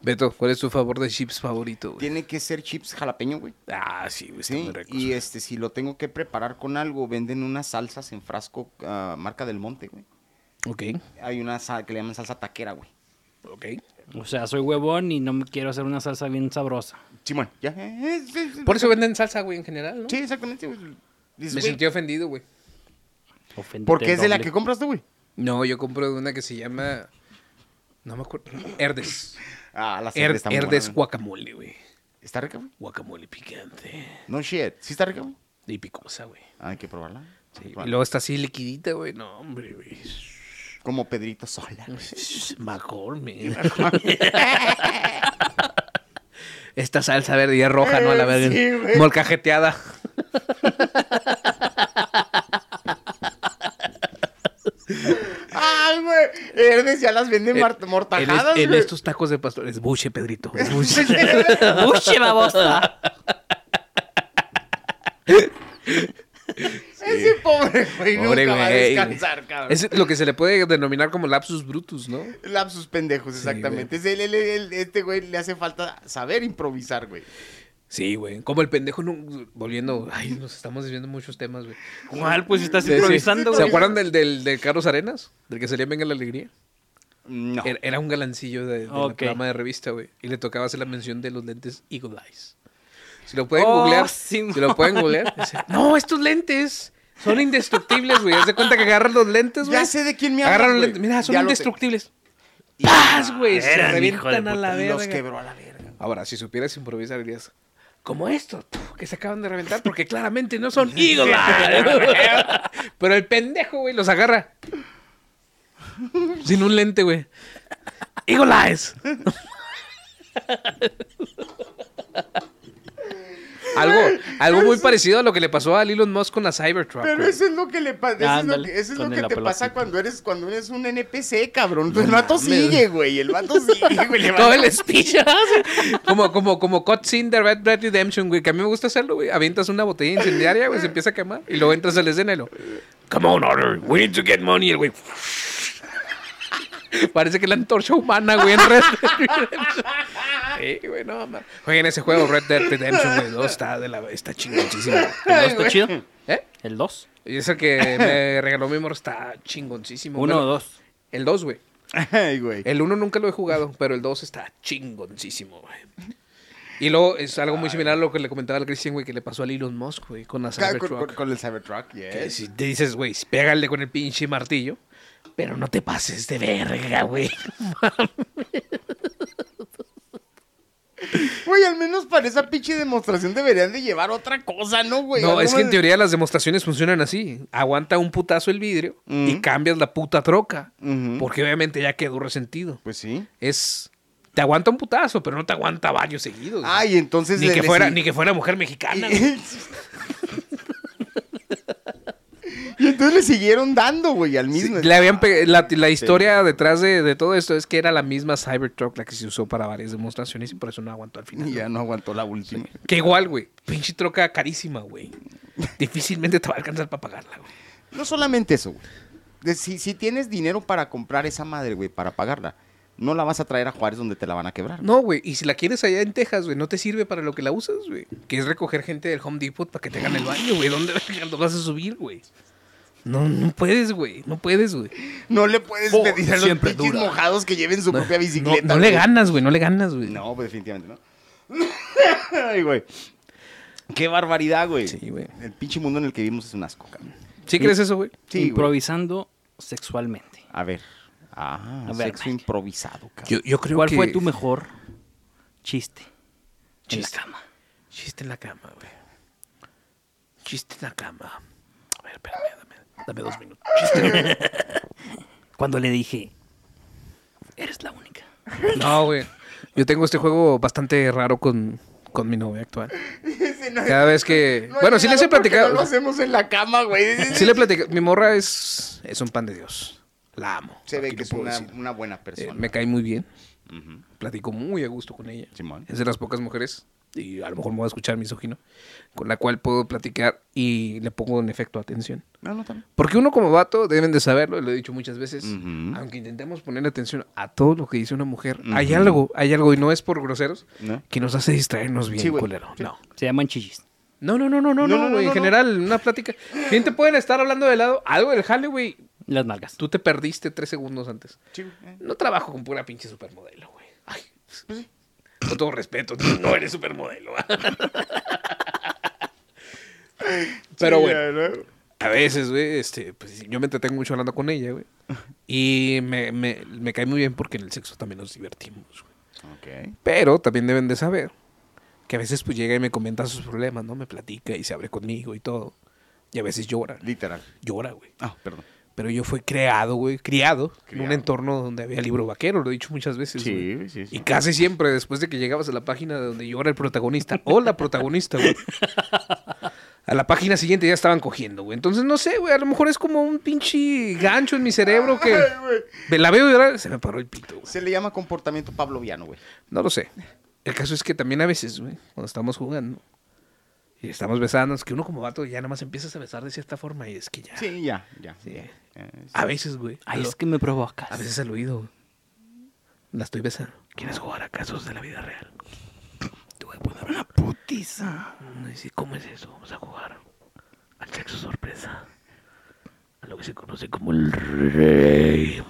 Speaker 2: Beto, ¿cuál es tu favor de chips favorito, güey?
Speaker 1: Mm, Tiene que ser chips jalapeño, güey.
Speaker 2: Ah, sí, güey, está
Speaker 1: Sí,
Speaker 2: muy rico.
Speaker 1: y este, si lo tengo que preparar con algo, venden unas salsas en frasco ah, marca del monte, güey.
Speaker 2: Ok,
Speaker 1: Hay una sal- que le llaman salsa taquera, güey.
Speaker 2: ok.
Speaker 3: O sea, soy huevón y no me quiero hacer una salsa bien sabrosa.
Speaker 1: Simón, ya. eh, eh, sí, sí.
Speaker 2: Por eso venden salsa, güey, en general, ¿no?
Speaker 1: Sí, exactamente, güey. Dices,
Speaker 2: Me
Speaker 1: güey,
Speaker 2: sentí ofendido, güey.
Speaker 3: Oféndete
Speaker 1: Porque es de la
Speaker 3: doble.
Speaker 1: que compras tú, güey.
Speaker 2: No, yo compro de una que se llama... No me acuerdo. Herdes.
Speaker 1: Ah, la
Speaker 2: Er-
Speaker 1: salsa está muy buena,
Speaker 2: Herdes
Speaker 1: güey.
Speaker 2: guacamole, güey.
Speaker 1: ¿Está rica, güey?
Speaker 2: Guacamole picante.
Speaker 1: No shit. ¿Sí está rica, güey?
Speaker 2: Y picosa, güey.
Speaker 1: Ah, Hay que probarla.
Speaker 2: Sí,
Speaker 1: Bueno,
Speaker 2: Y luego está así liquidita, güey. No, hombre, güey.
Speaker 1: Como Pedrito Sola, güey.
Speaker 2: Mejor, men. Esta salsa verde y es roja, ¿no? A la verga.
Speaker 1: Eh, Sí, güey.
Speaker 2: Molcajeteada.
Speaker 1: ¡Ay, güey! Herdes ya las venden mar-
Speaker 2: Eh, En,
Speaker 1: mortajadas,
Speaker 2: es- en
Speaker 1: [LAUGHS] güey.
Speaker 2: estos tacos de pastor. Es buche, Pedrito. Es buche.
Speaker 1: [LAUGHS]
Speaker 3: ¡Uche, babosa!
Speaker 1: Ese pobre güey nunca
Speaker 2: Pobre
Speaker 1: va a
Speaker 2: güey.
Speaker 1: descansar, cabrón.
Speaker 2: Es lo que se le puede denominar como lapsus brutus, ¿no?
Speaker 1: Lapsus pendejos, exactamente. Es el- el- el- este güey le hace falta saber improvisar, güey.
Speaker 2: Sí, güey. Como el pendejo. nun- Volviendo. Ay, nos estamos desviando muchos temas, güey.
Speaker 3: ¿Cuál? Pues estás
Speaker 2: Sí, sí.
Speaker 3: improvisando,
Speaker 2: ¿Se
Speaker 3: güey.
Speaker 2: acuerdan del, del, del Carlos Arenas? Del que salía en Venga la Alegría.
Speaker 1: No.
Speaker 2: Era, era un galancillo de, de la
Speaker 3: Ok.
Speaker 2: programa de revista, güey. Y le tocaba hacer la mención de los lentes Eagle Eyes. Si lo pueden
Speaker 3: Oh,
Speaker 2: googlear,
Speaker 3: Simón.
Speaker 2: si lo pueden
Speaker 3: [LAUGHS]
Speaker 2: googlear. dice, no, estos lentes son indestructibles, güey. Haz de cuenta que agarran los lentes, güey.
Speaker 1: Ya sé de quién me hablas,
Speaker 2: Agarran los
Speaker 1: güey.
Speaker 2: lentes. Mira, son
Speaker 1: Ya lo
Speaker 2: indestructibles.
Speaker 1: Y-
Speaker 2: ¡Paz, güey! Se
Speaker 3: Eran, hijo de
Speaker 2: revientan a
Speaker 3: puta.
Speaker 2: la
Speaker 1: Los
Speaker 2: verga.
Speaker 1: quebró a la verga.
Speaker 2: Ahora, si supieras improvisar, dirías... Como estos puf, que se acaban de reventar porque claramente no son Eagle Eyes. [LAUGHS] Pero el pendejo, güey, los agarra. Sin un lente, güey. Eagle Eyes. [LAUGHS] Algo, algo muy parecido a lo que le pasó a Elon Musk con la Cybertruck.
Speaker 1: Pero
Speaker 2: güey.
Speaker 1: eso es lo que le pasa. Eso es lo
Speaker 3: Ándale,
Speaker 1: que, eso es lo
Speaker 3: con
Speaker 1: que
Speaker 3: el
Speaker 1: te pasa
Speaker 3: apelotito.
Speaker 1: cuando eres, cuando eres un NPC, cabrón. El vato sigue, güey. El
Speaker 2: [LAUGHS]
Speaker 1: vato sigue, güey. le
Speaker 2: Todo
Speaker 1: vale-
Speaker 2: el speech. como, como, como cutscene de Red Dead Redemption, güey. Que a mí me gusta hacerlo, güey. Avientas una botella incendiaria, güey. Se empieza a quemar. Y luego entras al escena y lo-
Speaker 5: Come on, Otter. We need to get money. El güey.
Speaker 2: [LAUGHS] Parece que la antorcha humana, güey, en Red Dead Redemption. Sí, güey, no, man. Oigan, ese juego Red Dead Redemption, güey, dos está, de la, está chingoncísimo.
Speaker 3: ¿El 2 está chido?
Speaker 2: ¿Eh?
Speaker 3: ¿El 2?
Speaker 2: Y ese que me regaló mi amor está chingoncísimo.
Speaker 3: ¿Uno o
Speaker 2: Bueno,
Speaker 3: dos?
Speaker 2: El 2, güey.
Speaker 1: Ay, güey.
Speaker 2: El 1 nunca lo he jugado, pero el 2 está chingoncísimo, güey. Y luego es algo muy similar a lo que le comentaba al Christian, güey, que le pasó a Elon Musk, güey, con la
Speaker 1: Ca- Con, con-
Speaker 2: Cybertruck.
Speaker 1: con eh. el Cybertruck,
Speaker 2: Que
Speaker 1: yes.
Speaker 2: Si te dices, güey, pégale con el pinche martillo, pero no te pases de verga, güey.
Speaker 1: Güey, al menos para esa pinche demostración deberían de llevar otra cosa, ¿no, [LAUGHS] güey?
Speaker 2: No, es
Speaker 1: Alguna-
Speaker 2: que en teoría las demostraciones funcionan así. Aguanta un putazo el vidrio y
Speaker 1: Ujú.
Speaker 2: cambias la puta troca.
Speaker 1: Ujú.
Speaker 2: Porque obviamente ya quedó resentido.
Speaker 1: Pues sí.
Speaker 2: Es. Te aguanta un putazo, pero no te aguanta varios seguidos.
Speaker 1: Ay, entonces.
Speaker 2: Pues, ni
Speaker 1: le-
Speaker 2: que,
Speaker 1: le-
Speaker 2: fuera,
Speaker 1: sí.
Speaker 2: ni que fuera mujer mexicana. güey.
Speaker 1: [LAUGHS] y entonces le siguieron dando, güey, al
Speaker 2: Sí,
Speaker 1: mismo.
Speaker 2: le habían pe- la, la historia detrás de, de todo esto es que era la misma Cybertruck la que se usó para varias demostraciones y por eso no aguantó al final.
Speaker 1: Y ya no aguantó la última.
Speaker 2: Que igual, güey. Pinche troca carísima, güey. Difícilmente te va a alcanzar para pagarla, güey.
Speaker 1: No solamente eso, güey. De- Si, si tienes dinero para comprar esa madre, güey, para pagarla, no la vas a traer a Juárez donde te la van a quebrar.
Speaker 2: No, güey. Y si la quieres allá en Texas, güey, no te sirve para lo que la usas, güey. Que es recoger gente del Home Depot para que te hagan el baño, güey. ¿Dónde lo vas a subir, güey? No, no puedes, güey. No puedes, güey.
Speaker 1: No le puedes
Speaker 2: Oh,
Speaker 1: pedir a los
Speaker 2: siempre
Speaker 1: pinches
Speaker 2: dura.
Speaker 1: mojados que lleven su propia
Speaker 2: No,
Speaker 1: bicicleta.
Speaker 2: no le
Speaker 1: güey.
Speaker 2: ganas, güey. No le ganas, güey.
Speaker 1: No, pues definitivamente no. [LAUGHS] Ay, güey. Qué barbaridad, güey.
Speaker 2: Sí, güey.
Speaker 1: El pinche mundo en el que vivimos es un asco, cabrón.
Speaker 2: ¿Sí crees eso, güey?
Speaker 1: Sí, güey.
Speaker 3: improvisando sexualmente.
Speaker 1: A ver. Ah,
Speaker 3: A ver,
Speaker 1: sexo
Speaker 3: Mike.
Speaker 1: improvisado, cabrón.
Speaker 2: creo
Speaker 3: ¿Cuál fue tu mejor chiste? En la
Speaker 2: Chiste.
Speaker 3: cama.
Speaker 2: Chiste en la cama, güey. Chiste en la cama. A ver, espérame, dame, dame dos minutos. Chiste en la cama.
Speaker 3: Cuando le dije, eres la única.
Speaker 2: [LAUGHS] No, güey. Yo tengo este juego bastante raro con, con mi novia actual.
Speaker 1: Ese no es-
Speaker 2: Cada vez que.
Speaker 1: no es
Speaker 2: bueno, sí les he
Speaker 1: legal porque
Speaker 2: platicado.
Speaker 1: No lo hacemos en la cama, güey.
Speaker 2: [LAUGHS] Sí le he platicado. Mi morra es, es un pan de Dios. La amo.
Speaker 1: Se ve
Speaker 2: Aquí
Speaker 1: que
Speaker 2: lo
Speaker 1: es
Speaker 2: puedo
Speaker 1: una,
Speaker 2: decir.
Speaker 1: una buena
Speaker 2: Eh,
Speaker 1: persona.
Speaker 2: me cae muy bien.
Speaker 1: Ujú.
Speaker 2: Platico muy a gusto con ella.
Speaker 1: Simón.
Speaker 2: Es de las pocas mujeres y a lo mejor me voy a escuchar misógino, con la cual puedo platicar y le pongo en efecto atención.
Speaker 1: No, no, también.
Speaker 2: Porque uno como vato, deben de saberlo, lo he dicho muchas veces,
Speaker 1: Ujú.
Speaker 2: aunque intentemos poner atención a todo lo que dice una mujer, hay
Speaker 1: Ujú.
Speaker 2: algo, hay algo, y no es por groseros,
Speaker 1: ¿No?
Speaker 2: que nos hace distraernos bien,
Speaker 1: Sí, güey.
Speaker 2: culero.
Speaker 1: Sí.
Speaker 2: No.
Speaker 3: Se llaman chichis.
Speaker 2: No, no, no, no,
Speaker 1: No,
Speaker 2: no, no,
Speaker 1: no, no,
Speaker 2: güey,
Speaker 1: no, no.
Speaker 2: en general, una plática. Bien te pueden estar hablando de lado, algo del jale, güey.
Speaker 3: Las nalgas.
Speaker 2: Tú te perdiste tres segundos antes.
Speaker 1: Sí, güey, eh.
Speaker 2: No trabajo con pura pinche supermodelo, güey. Ay.
Speaker 1: Mm.
Speaker 2: Con todo respeto, tú no eres supermodelo. [LAUGHS] Pero
Speaker 1: Sí,
Speaker 2: bueno,
Speaker 1: ya, ¿no?
Speaker 2: a veces, güey, este, pues yo me entretengo mucho hablando con ella, güey. Y me, me, me cae muy bien porque en el sexo también nos divertimos, güey.
Speaker 1: Ok.
Speaker 2: Pero también deben de saber que a veces pues llega y me comenta sus problemas, ¿no? Me platica y se abre conmigo y todo. Y a veces llora.
Speaker 1: Literal.
Speaker 2: Llora, güey.
Speaker 1: Ah, perdón.
Speaker 2: Pero yo fui creado, güey, criado, en un
Speaker 1: Criado.
Speaker 2: entorno donde había libro vaquero, lo he dicho muchas veces.
Speaker 1: Sí,
Speaker 2: güey.
Speaker 1: sí, sí.
Speaker 2: Y casi siempre, después de que llegabas a la página de donde llora el protagonista o la
Speaker 1: [LAUGHS]
Speaker 2: protagonista, güey. A la página siguiente ya estaban cogiendo, güey. Entonces, no sé, güey. A lo mejor es como un pinche gancho en mi cerebro que me la veo llorar. Se me paró el pito, güey.
Speaker 1: Se le llama comportamiento pavloviano, güey.
Speaker 2: No lo sé. El caso es que también a veces, güey, cuando estamos jugando y estamos besándonos, que uno como vato ya nada más empiezas a besar de cierta forma y es que ya.
Speaker 1: Sí, ya, ya.
Speaker 2: Sí.
Speaker 1: ya, eh, sí.
Speaker 2: A veces, güey.
Speaker 3: Ay,
Speaker 2: a lo-
Speaker 3: es que me provocas.
Speaker 5: Ah,
Speaker 2: A veces al oído, güey. La estoy besando. ¿Quieres jugar a casos de la vida real? Te voy a poner una putiza. Dice, ¿cómo es eso? Vamos a jugar al sexo sorpresa.
Speaker 5: A lo que se conoce como el rey.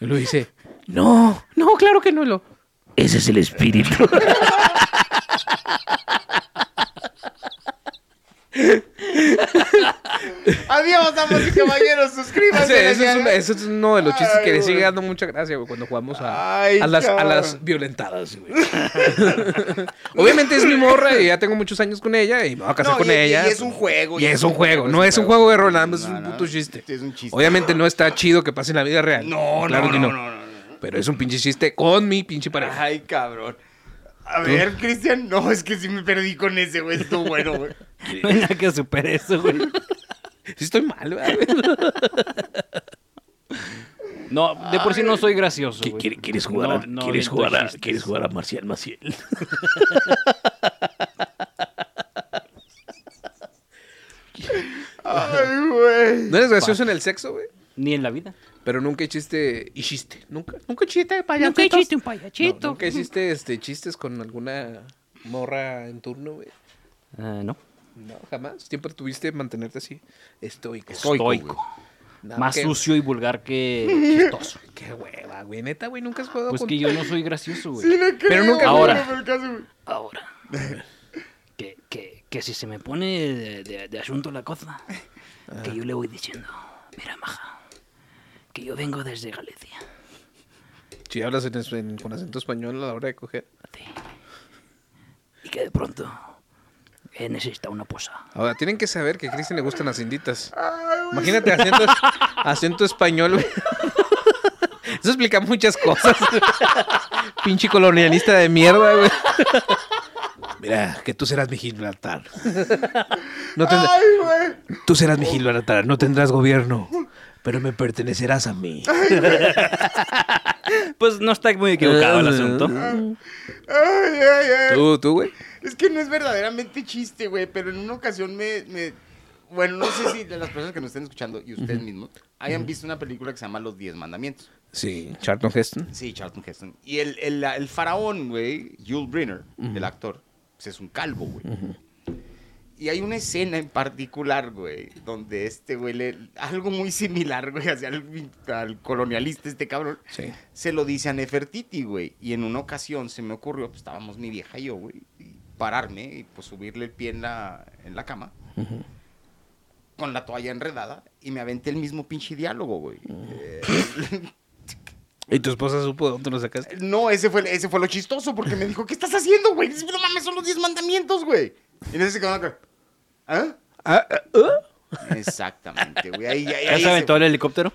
Speaker 2: Y lo dice,
Speaker 5: No,
Speaker 2: no, claro que no lo.
Speaker 5: ese es el [LAUGHS] espíritu.
Speaker 1: Adiós,
Speaker 2: [LAUGHS]
Speaker 1: damas y caballeros. Suscríbanse.
Speaker 2: Ese, ese es, una- ese es uno de los chistes
Speaker 1: Ay,
Speaker 2: que le sigue
Speaker 1: güey.
Speaker 2: dando mucha gracia, güey, cuando jugamos a,
Speaker 1: Ay,
Speaker 2: a las, a
Speaker 1: cabrón.
Speaker 2: las violentadas, güey. [LAUGHS] Obviamente es mi morra y ya tengo muchos años con ella y me voy a casar
Speaker 1: No,
Speaker 2: con
Speaker 1: y- y-
Speaker 2: ella.
Speaker 1: y es un juego,
Speaker 2: Y es un juego. No es un juego de rol, nada más es
Speaker 1: No,
Speaker 2: un
Speaker 1: no,
Speaker 2: puto chiste.
Speaker 1: es un chiste.
Speaker 2: Obviamente no está chido que pase en la vida real.
Speaker 1: No,
Speaker 2: Claro
Speaker 1: no,
Speaker 2: que
Speaker 1: no, no, no, no.
Speaker 2: Pero es un pinche chiste con mi pinche pareja.
Speaker 1: Ay, cabrón. A ver, Cristian, no, es que sí me perdí con ese, güey. Estuvo bueno,
Speaker 2: [LAUGHS]
Speaker 1: güey.
Speaker 3: [LAUGHS] No hay nada que supere eso,
Speaker 5: [LAUGHS]
Speaker 3: güey.
Speaker 2: Sí estoy mal, ¿verdad?
Speaker 3: No, de por sí no soy gracioso,
Speaker 5: ¿Qui-
Speaker 3: güey.
Speaker 5: quiere- ¿Quieres jugar a,
Speaker 3: No, no
Speaker 5: ¿quieres
Speaker 3: aviento
Speaker 5: jugar a,
Speaker 3: chistes.
Speaker 5: ¿quieres jugar a Marcial Maciel?
Speaker 1: Ay, güey.
Speaker 2: No eres gracioso en el sexo, güey.
Speaker 3: Ni en la vida.
Speaker 2: Pero nunca hiciste y chiste. Nunca. Nunca chiste, payaso.
Speaker 4: Nunca hiciste un
Speaker 2: No,
Speaker 4: payachito.
Speaker 2: nunca hiciste este, chistes con alguna morra en turno, güey.
Speaker 3: Ah, no.
Speaker 2: No, jamás. Siempre tuviste mantenerte así estoico.
Speaker 3: Estoico.
Speaker 2: No,
Speaker 3: Más
Speaker 2: qué-
Speaker 3: sucio y vulgar que chistoso.
Speaker 2: Qué hueva, güey. Neta, güey, nunca has jugado
Speaker 3: Pues
Speaker 2: con...
Speaker 3: que yo no soy gracioso, güey.
Speaker 2: Pero nunca...
Speaker 3: Ahora.
Speaker 1: Pero el caso, güey.
Speaker 3: Ahora. Que, que, que si se me pone de, de- de asunto la cosa, que yo le voy diciendo, mira, maja, que yo vengo desde Galicia.
Speaker 2: Si hablas en, es- en- con acento español a la hora de coger.
Speaker 3: sí, Y que de pronto he necesitado una posa.
Speaker 2: Ahora, tienen que saber que a Cristian le gustan las inditas. Imagínate acento, acento español, güey. [LAUGHS] Eso explica muchas cosas. [LAUGHS] Pinche colonialista de mierda, güey.
Speaker 5: Mira, que tú serás mi Gibraltar.
Speaker 2: No tendrá-
Speaker 1: Ay, güey.
Speaker 5: Tú serás mi Gibraltar, no tendrás gobierno, pero me pertenecerás a mí.
Speaker 3: Pues no está muy equivocado
Speaker 1: [LAUGHS]
Speaker 3: el asunto.
Speaker 1: Ay, ay, ay.
Speaker 2: Tú, tú, güey.
Speaker 1: Es que no es verdaderamente chiste, güey, pero en una ocasión me, me- Bueno, no sé si de las personas que nos estén escuchando y ustedes mismos hayan visto una película que se llama Los Diez Mandamientos.
Speaker 2: Sí, Charlton Heston.
Speaker 1: Sí, Charlton Heston. Y el, el- el faraón, güey, Yul Brynner, el actor, pues es un calvo, güey. Y hay una escena en particular, güey, donde este güey le... Algo muy similar, güey, hacia el- al colonialista este cabrón.
Speaker 2: Sí.
Speaker 1: se lo dice a Nefertiti, güey. Y en una ocasión se me ocurrió, pues estábamos mi vieja y yo, güey, y pararme y pues subirle el pie en la, en la cama con la toalla enredada y me aventé el mismo pinche diálogo, güey. Eh,
Speaker 2: ¿Y tu esposa supo de dónde lo sacaste?
Speaker 1: no, ese fue, ese fue lo chistoso porque me dijo, ¿qué estás haciendo, güey? Dice, no mames, son los 10 mandamientos, güey. Y en ese quedó acá, ¿ah?
Speaker 2: ¿eh?
Speaker 1: Exactamente, güey. Ahí, ahí,
Speaker 3: ¿Ya
Speaker 1: ahí
Speaker 3: se
Speaker 1: se- Mm.
Speaker 3: aventó el helicóptero?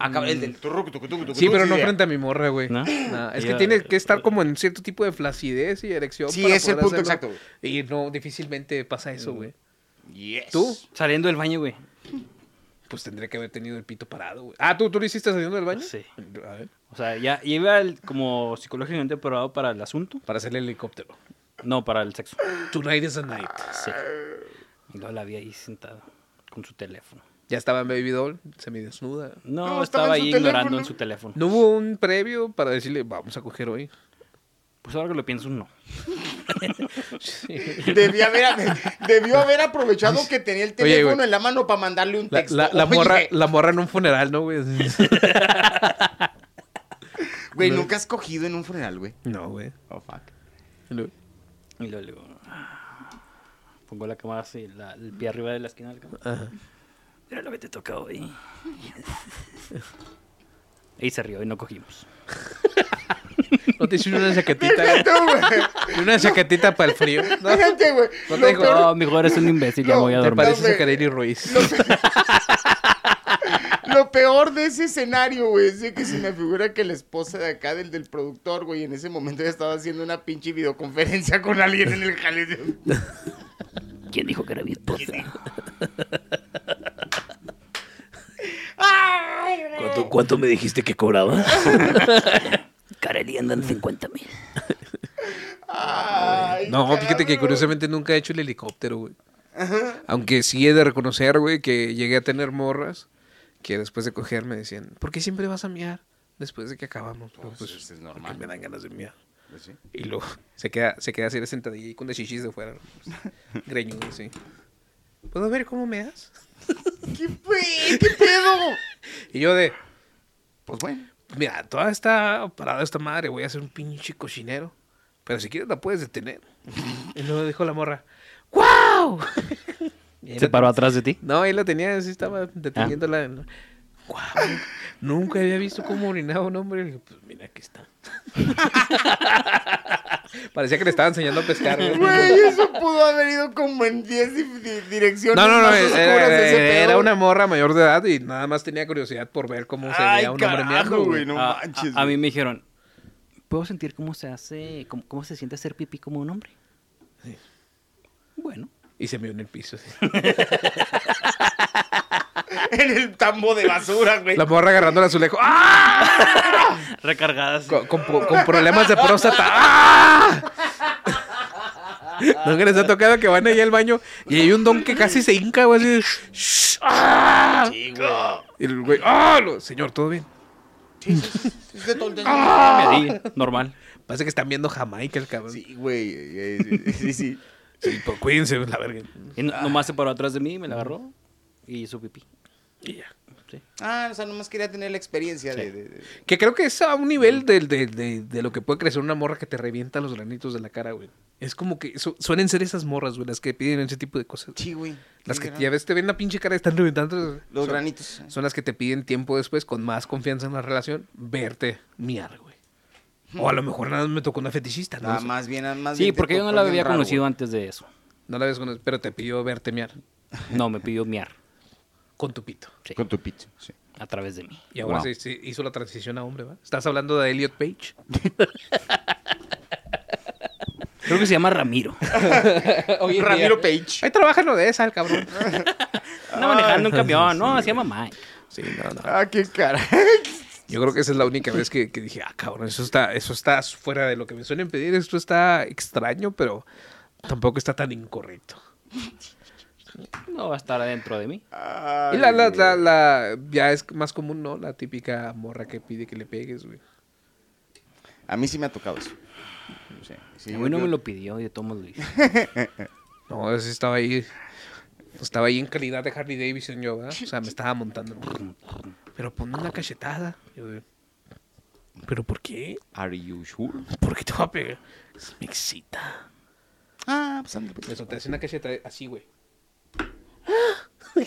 Speaker 1: Acaba- el del turrucu, tucu, tucu, tucu,
Speaker 2: Sí, pero
Speaker 1: tucu,
Speaker 2: no
Speaker 1: de-
Speaker 2: frente a mi morra, güey.
Speaker 3: ¿No?
Speaker 2: No, es que
Speaker 3: Ya.
Speaker 2: tiene que estar como en cierto tipo de flacidez y erección.
Speaker 1: Sí,
Speaker 2: para
Speaker 1: es el
Speaker 2: poder
Speaker 1: punto exacto,
Speaker 2: hacerlo.
Speaker 1: güey.
Speaker 3: Mm.
Speaker 2: Y no, difícilmente pasa eso, güey.
Speaker 1: Yes.
Speaker 2: ¿Tú?
Speaker 3: Saliendo del baño, güey.
Speaker 2: pues tendría que haber tenido el pito parado, güey. Ah, ¿tú, tú lo hiciste saliendo del baño?
Speaker 6: Sí.
Speaker 2: A ver.
Speaker 6: O sea, ya iba el- como psicológicamente probado para el asunto.
Speaker 2: Para hacer el helicóptero.
Speaker 6: No, para el sexo.
Speaker 2: Tonight is the night.
Speaker 6: Sí.
Speaker 1: Ah.
Speaker 6: Y luego la vi ahí sentada con su teléfono.
Speaker 2: Ya estaba en Baby Doll, semidesnuda.
Speaker 6: No,
Speaker 1: No, estaba
Speaker 6: estaba,
Speaker 1: en su
Speaker 6: ahí ignorando
Speaker 1: teléfono.
Speaker 6: en su teléfono.
Speaker 2: ¿No hubo un previo para decirle, vamos a coger hoy? [LAUGHS]
Speaker 6: Pues ahora que lo pienso, no.
Speaker 1: Debía haber, debió haber aprovechado que tenía el
Speaker 2: [LAUGHS] Oye,
Speaker 1: teléfono
Speaker 2: güey.
Speaker 1: en la mano para mandarle un
Speaker 2: La,
Speaker 1: texto.
Speaker 2: la- la
Speaker 1: Oye,
Speaker 2: morra, la morra en un funeral, ¿no, güey?
Speaker 1: Güey, nunca has cogido en un funeral, güey.
Speaker 2: [LAUGHS] No, güey.
Speaker 1: Oh, fuck.
Speaker 6: Y luego le digo, "Ah". pongo la cámara así, la- el pie arriba de la esquina de la cámara. Mira lo que te toca hoy. y se rió y no cogimos.
Speaker 2: ¿No te hicieron
Speaker 1: [LAUGHS]
Speaker 2: una chaquetita?
Speaker 1: No, güey.
Speaker 2: una chaquetita para el frío. ¿no?
Speaker 1: Fíjate, güey.
Speaker 2: No te
Speaker 1: Lo
Speaker 2: digo,
Speaker 1: peor-
Speaker 6: No, mi joder es un imbécil, ya
Speaker 1: No,
Speaker 6: me voy a
Speaker 1: ¿te
Speaker 2: Te
Speaker 6: dormir.
Speaker 1: parece?
Speaker 2: pareces a
Speaker 1: güey. [LAUGHS]
Speaker 2: Kareli Ruiz.
Speaker 1: Lo peor de ese escenario, güey, es de que se me figura que la esposa de acá, del, del productor, güey, en ese momento ya estaba haciendo una pinche videoconferencia con alguien en el jale.
Speaker 3: ¿Quién dijo que era mi esposa?
Speaker 5: ¿Cuánto, cuánto me dijiste que [LAUGHS] cobraba?
Speaker 3: Carely andan 50
Speaker 5: [LAUGHS]
Speaker 3: mil.
Speaker 1: Ay,
Speaker 2: No, fíjate que
Speaker 1: cabrón.
Speaker 2: curiosamente nunca he hecho el helicóptero, güey. Aunque sí he de reconocer, güey, que llegué a tener morras que después de coger me decían, ¿por qué siempre vas a miar después de que acabamos? No, pues,
Speaker 1: eso este es
Speaker 2: porque
Speaker 1: normal.
Speaker 2: me dan ganas de miar.
Speaker 1: Pues sí.
Speaker 2: Y luego [LAUGHS] se queda, se queda así de sentadilla y con de chichis de fuera. ¿no? Pues, Greñudo, sí. ¿Puedo ver cómo me das?
Speaker 1: [LAUGHS] ¿Qué, fue? ¿Qué pedo?
Speaker 2: Y yo de,
Speaker 1: Pues bueno.
Speaker 2: mira, toda esta parada, esta madre, voy a hacer un pinche cochinero. Pero si quieres la puedes detener. [LAUGHS] y luego dijo la morra, ¡guau! [LAUGHS] Y ahí
Speaker 6: Se
Speaker 2: la-
Speaker 6: paró atrás de ti.
Speaker 2: No, ahí la tenía, sí estaba
Speaker 1: Ah.
Speaker 2: deteniéndola. en- ¡Guau! Nunca había visto cómo orinaba un hombre. Y dije, pues mira,
Speaker 1: [LAUGHS]
Speaker 2: aquí está. Parecía que le estaba enseñando a pescar. güey.
Speaker 1: Güey, eso pudo haber ido como en 10 di- di- direcciones.
Speaker 2: No, no, no,
Speaker 1: más
Speaker 2: era,
Speaker 1: oscuras
Speaker 2: era-
Speaker 1: ese pedo.
Speaker 2: era una morra mayor de edad y nada más tenía curiosidad por ver cómo se
Speaker 1: Ay,
Speaker 2: veía un hombre
Speaker 1: carajo,
Speaker 2: meando, güey.
Speaker 1: güey, no
Speaker 6: A- a-
Speaker 1: manches.
Speaker 6: Ah, a,
Speaker 1: güey.
Speaker 6: mí me dijeron,
Speaker 3: ¿Puedo sentir cómo se hace, cómo, cómo se siente hacer pipí como un hombre? Bueno,
Speaker 2: Y se me en el piso. así.
Speaker 1: [LAUGHS] En el tambo de basura, güey.
Speaker 2: La morra agarrando el azulejo. ¡Ah!
Speaker 6: recargadas.
Speaker 2: Con, con pro- con problemas de próstata. ¡Ah! Nunca les ha tocado que van ahí al baño y hay un don que casi se hinca, güey. así de, "Shh, ¡Ah! Y el güey, ¡ah! Lo- Señor, ¿todo bien?
Speaker 1: Es de todo-
Speaker 6: Ahí, normal.
Speaker 2: Parece que están viendo Jamaica el cabrón.
Speaker 1: Sí, güey. eh, eh, Sí, sí.
Speaker 2: Sí, pues, cuídense, la verga.
Speaker 6: Y no- nomás se paró atrás de mí, me la agarró y hizo pipí.
Speaker 2: Y ya.
Speaker 1: Ah, o sea, nomás quería tener la experiencia de- de- de...
Speaker 2: Que creo que es a un nivel del- del- de, de lo que puede crecer una morra que te revienta los granitos de la cara, güey. Es como que su- suelen ser esas morras, güey, las que piden ese tipo de cosas.
Speaker 1: Sí, güey.
Speaker 2: Las
Speaker 1: Sí,
Speaker 2: que
Speaker 1: ¿verdad?
Speaker 2: ya ves, te ven la pinche cara y están reventando.
Speaker 1: Los
Speaker 2: son,
Speaker 1: granitos.
Speaker 2: Son las que te piden tiempo después, con más confianza en la relación, verte miar, güey. O a lo mejor nada más me tocó una fetichista, ¿no?
Speaker 1: Ah, más bien, más
Speaker 6: Sí,
Speaker 1: bien te
Speaker 6: porque yo no
Speaker 1: tocó
Speaker 6: la
Speaker 1: bien
Speaker 6: había
Speaker 1: raro,
Speaker 6: conocido
Speaker 1: güey.
Speaker 6: antes de eso.
Speaker 2: No la ves con... Pero te pidió verte miar
Speaker 6: No, me pidió miar
Speaker 2: con tu pito.
Speaker 6: sí,
Speaker 1: Con tu pito, sí.
Speaker 6: a través de mí.
Speaker 2: Y ahora
Speaker 1: Wow.
Speaker 2: se, se hizo la transición a hombre, ¿va? ¿Estás hablando de Elliot Page?
Speaker 6: Creo que se llama Ramiro.
Speaker 1: Ramiro Page.
Speaker 2: Ahí trabaja en Odessa, el cabrón.
Speaker 6: No manejando un camión, no, se llama Mike.
Speaker 2: sí, no, no.
Speaker 1: Ah, qué cara.
Speaker 2: Yo creo que esa es la única vez que, que dije, ah, cabrón, eso está, eso está fuera de lo que me suelen pedir, esto está extraño, pero tampoco está tan incorrecto.
Speaker 6: No va a estar adentro de mí.
Speaker 1: Ay,
Speaker 2: Y la, la, la, la- ya es más común, ¿no? La típica morra que pide que le pegues, güey.
Speaker 1: A mí sí me ha tocado eso. Sí, sí,
Speaker 6: A mí no
Speaker 1: yo-
Speaker 6: me lo pidió y de todos modos
Speaker 1: [LAUGHS]
Speaker 6: lo hice.
Speaker 2: No, eso estaba ahí, estaba ahí en calidad de Harley Davidson yo, ¿verdad? O sea, me estaba montando. Pero pues, ponme una cachetada. Yo de, ¿Pero por qué?
Speaker 1: Are you sure?
Speaker 2: ¿Por qué te voy a pegar? Me excita.
Speaker 1: Ah, pues anda, pues.
Speaker 2: Me solté así una cachetada así, güey.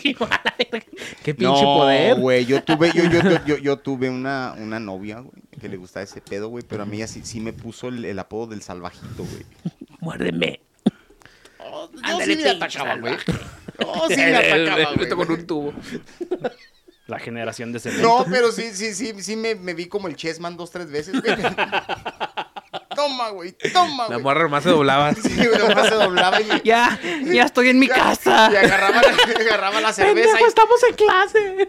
Speaker 2: ¡Qué pinche
Speaker 1: No,
Speaker 2: poder!
Speaker 1: güey, yo tuve, yo, yo, yo, yo- yo tuve una, una novia, güey, que le gustaba ese pedo, güey, pero a mí así sí me puso el, el apodo del salvajito, güey.
Speaker 5: Muérdeme.
Speaker 3: Ándale, pinche
Speaker 1: Oh, [LAUGHS] sí me atacaba,
Speaker 2: Me tocó
Speaker 1: güey.
Speaker 2: con un tubo.
Speaker 6: La generación de cemento.
Speaker 2: [LAUGHS]
Speaker 1: No, pero sí, sí, sí, sí me, me vi como el Chessman dos, tres veces, güey. No toma, güey, toma,
Speaker 2: La
Speaker 1: güey.
Speaker 2: morra nomás se doblaba.
Speaker 1: Sí, güey, nomás se doblaba y,
Speaker 6: Ya, ya estoy en mi
Speaker 1: Ya,
Speaker 6: casa. [LAUGHS]
Speaker 1: y agarraba, la, agarraba la cerveza
Speaker 6: Pendejo, estamos en clase.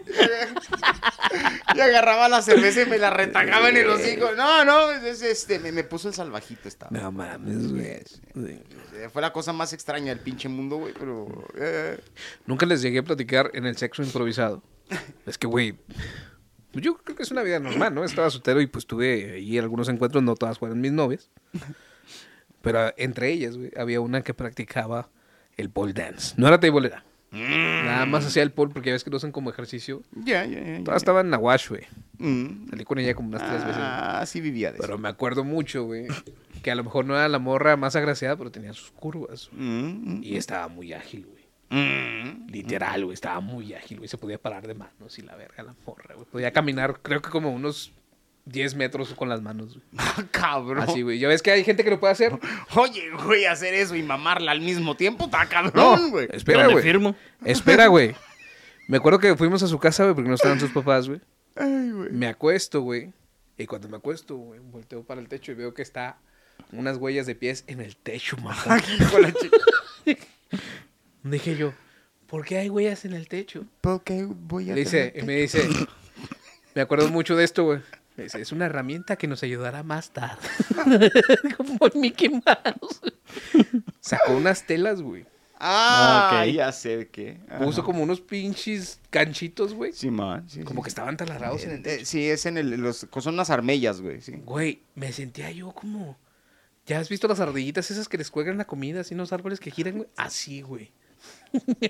Speaker 1: y, y agarraba la cerveza y me la retacaba en el hocico. No, no, es- este, me, me puso el salvajito estaba.
Speaker 2: No mames, güey. Sí.
Speaker 1: Eh, Fue la cosa más extraña del pinche mundo, güey, pero... eh,
Speaker 2: Nunca les llegué a platicar en el sexo improvisado. Es que, güey, pues yo creo que es una vida normal, ¿no? Estaba soltero y pues tuve ahí algunos encuentros, no todas fueron mis novias. Pero ah, entre ellas, güey, había una que practicaba el pole dance. No era tableera. Nada más hacía el pole porque ya ves que lo hacen como ejercicio.
Speaker 1: Ya, ya, ya. ya.
Speaker 2: Todas estaban en Nahuash, güey.
Speaker 1: Mm.
Speaker 2: Salí con ella como unas tres veces.
Speaker 1: Ah, sí vivía de eso.
Speaker 2: Pero me acuerdo mucho, güey, que a lo mejor no era la morra más agraciada, pero tenía sus curvas. güey.
Speaker 1: Mm, mm,
Speaker 2: Y estaba muy ágil, güey.
Speaker 1: mm. [LAUGHS]
Speaker 2: Literal, güey, estaba muy ágil, güey. Se podía parar de manos y la verga, la morra, güey. Podía caminar, creo que como unos 10 metros con las manos, güey.
Speaker 1: Ah, Cabrón.
Speaker 2: Así, güey. Ya ves que hay gente que lo puede hacer.
Speaker 1: Oye, güey, hacer eso y mamarla al mismo tiempo, está
Speaker 2: No,
Speaker 1: cabrón, güey.
Speaker 2: espera,
Speaker 6: ¿Dónde
Speaker 2: güey.
Speaker 6: firmo?
Speaker 2: Espera, güey. Me acuerdo que fuimos a su casa, güey, porque no estaban sus papás, güey.
Speaker 1: Ay, güey.
Speaker 2: Me acuesto, güey. Y cuando me acuesto, güey, volteo para el techo y veo que está unas huellas de pies en el
Speaker 1: [LAUGHS]
Speaker 2: techo, mamá.
Speaker 1: Hijo de la chi-
Speaker 2: Dije yo, ¿por qué hay huellas en el techo?
Speaker 1: ¿Por qué voy a
Speaker 2: Le dice, "Em-".
Speaker 1: tener-
Speaker 2: y me dice, me acuerdo mucho de esto, güey. Me dice, es una herramienta que nos ayudará más tarde. [LAUGHS] Como el Mickey Mouse. Sacó unas telas, güey.
Speaker 1: Ah,
Speaker 6: Ah, ok.
Speaker 1: ya sé qué. Ajá.
Speaker 2: Puso como unos pinches canchitos, güey.
Speaker 1: Sí, man. sí,
Speaker 2: Como que
Speaker 1: sí.
Speaker 2: estaban taladrados en el
Speaker 1: Eh, Sí, es en el. Los, son unas armellas, güey. Sí.
Speaker 2: Güey, me sentía yo como... ¿Ya has visto las ardillitas esas que les cuelgan la comida? Así en los árboles que giran, güey. Así, güey.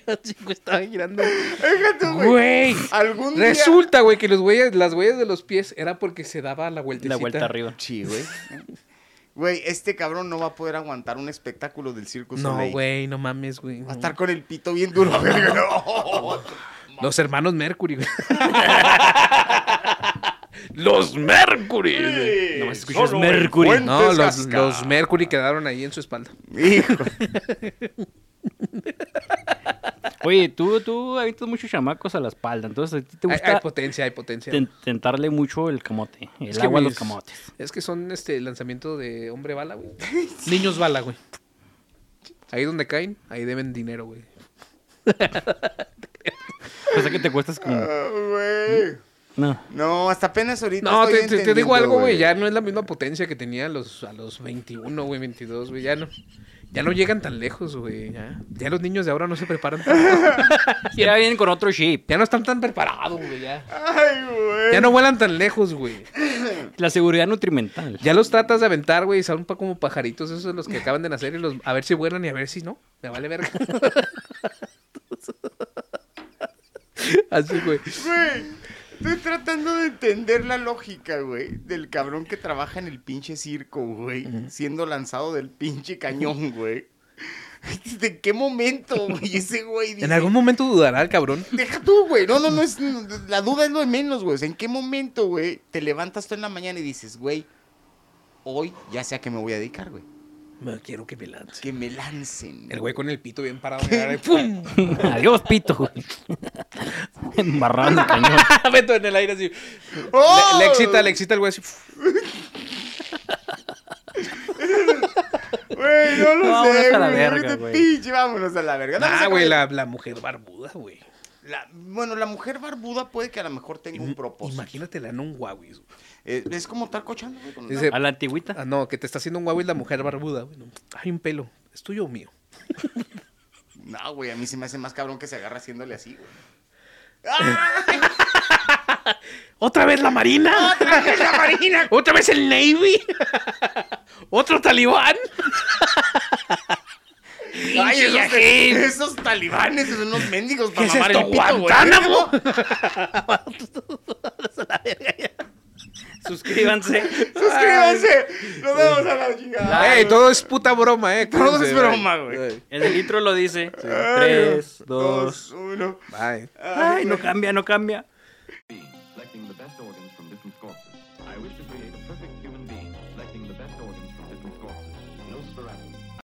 Speaker 2: Así, güey, estaba girando.
Speaker 1: [LAUGHS]
Speaker 2: Güey.
Speaker 1: Algún día-
Speaker 2: Resulta, güey, que los huellas, las huellas de los pies era porque se daba la vueltecita.
Speaker 6: La vuelta arriba.
Speaker 1: Sí, güey. Güey, este cabrón no va a poder aguantar un espectáculo del circo.
Speaker 2: No,
Speaker 1: Soleil.
Speaker 2: güey, no mames, güey.
Speaker 1: Va a
Speaker 2: no.
Speaker 1: estar con el pito bien duro, güey.
Speaker 2: [LAUGHS]
Speaker 1: No.
Speaker 2: Los hermanos Mercury, [LAUGHS] güey.
Speaker 5: Los Mercury.
Speaker 6: Nomás escuchas Mercury.
Speaker 1: Fuentes
Speaker 2: Pues, No, los,
Speaker 1: Gasca.
Speaker 2: los Mercury quedaron ahí en su espalda.
Speaker 1: Hijo.
Speaker 6: [LAUGHS] Oye, tú, tú avientas muchos chamacos a la espalda, entonces a ti te
Speaker 2: Hay,
Speaker 6: gusta
Speaker 2: hay potencia, hay potencia.
Speaker 6: ten- tentarle mucho el camote, el
Speaker 2: Es que,
Speaker 6: agua a
Speaker 2: güey,
Speaker 6: los
Speaker 2: es-
Speaker 6: camotes.
Speaker 2: Es que son este lanzamiento de hombre
Speaker 1: [LAUGHS]
Speaker 2: bala, güey. Niños bala, güey. Ahí donde caen, ahí deben dinero, güey.
Speaker 6: Cosa que Pues, te cuestas como...
Speaker 1: Ah, güey.
Speaker 6: No.
Speaker 1: No, hasta apenas ahorita.
Speaker 2: No,
Speaker 1: estoy
Speaker 2: te, te- te digo
Speaker 1: entendiendo,
Speaker 2: algo, güey. Ya no es la misma potencia que tenía a los, a los 21, güey, 22, güey. Ya no, ya no llegan tan lejos, güey. Ya, ya los niños de ahora no se preparan. tan- [LAUGHS]
Speaker 6: Ya vienen con otro chip.
Speaker 2: ya no están tan preparados, güey. Ya.
Speaker 1: Ay, güey.
Speaker 2: ya no vuelan tan lejos, güey.
Speaker 6: La seguridad nutrimental.
Speaker 2: Ya los tratas de aventar, güey, y son pa- como pajaritos esos los que acaban de nacer y los a ver si vuelan y a ver si no. Me vale verga. [LAUGHS] Así, güey.
Speaker 1: Güey, estoy tratando de entender la lógica, güey, del cabrón que trabaja en el pinche circo, güey, siendo lanzado del pinche cañón, güey. [LAUGHS] ¿De qué momento, güey? Ese güey dice,
Speaker 2: En algún momento dudará el cabrón.
Speaker 1: Deja tú, güey. No, no, no es. La duda es lo de menos, güey. O sea, ¿en qué momento, güey, te levantas tú en la mañana y dices, güey, hoy ya sé a qué me voy a dedicar, güey?
Speaker 2: Me quiero que me lance.
Speaker 1: Que me lancen.
Speaker 2: El güey con el pito bien parado. mira, y [LAUGHS] ¡Pum!
Speaker 6: [LAUGHS] Adiós, pito, güey. Embarrado en el cañón.
Speaker 2: Meto en el aire así.
Speaker 1: ¡Oh!
Speaker 2: Le, le excita, le excita el güey así.
Speaker 1: Güey, no lo
Speaker 6: Vámonos
Speaker 1: sé,
Speaker 6: a la
Speaker 1: güey.
Speaker 6: verga,
Speaker 1: Ahorita,
Speaker 6: güey.
Speaker 1: pinche, vámonos a la verga. Vamos
Speaker 2: Ah,
Speaker 1: a
Speaker 2: güey,
Speaker 1: acabar-
Speaker 2: la, la mujer barbuda, güey.
Speaker 1: La- bueno, la mujer barbuda puede que a lo mejor tenga un propósito.
Speaker 2: Imagínatela en un Huawei. güey.
Speaker 1: Eh, es como estar cochando, güey. con una-
Speaker 2: Dice,
Speaker 6: A la antigüita. [LAUGHS]
Speaker 2: ah, no, que te está haciendo un Huawei la mujer barbuda, güey. No, Hay un pelo. ¿Es tuyo o mío?
Speaker 1: No, güey, a mí se me hace más cabrón que se agarra haciéndole así, güey.
Speaker 5: ¿Otra vez la Marina? ¿Otra vez la Marina? [LAUGHS] ¿Otra vez el Navy? ¿Otro talibán?
Speaker 1: Ay, esos,
Speaker 5: Yajid.
Speaker 1: esos talibanes, esos unos mendigos
Speaker 5: ¿Qué
Speaker 1: para
Speaker 5: es
Speaker 1: mamar
Speaker 5: esto,
Speaker 1: el pito, güey.
Speaker 5: Guantánamo?
Speaker 6: Suscríbanse.
Speaker 1: [LAUGHS] Suscríbanse. Nos vemos a la chingada.
Speaker 2: Ey, todo es puta broma, eh.
Speaker 1: Todo es
Speaker 2: Cuídense, bye.
Speaker 1: broma, güey.
Speaker 6: El del intro lo dice. Tres, dos.
Speaker 1: Dos, uno.
Speaker 2: Bye.
Speaker 6: Ay, no cambia, no cambia.
Speaker 7: B. Selecting the best organs from different corpses. I wish to create a perfect human being.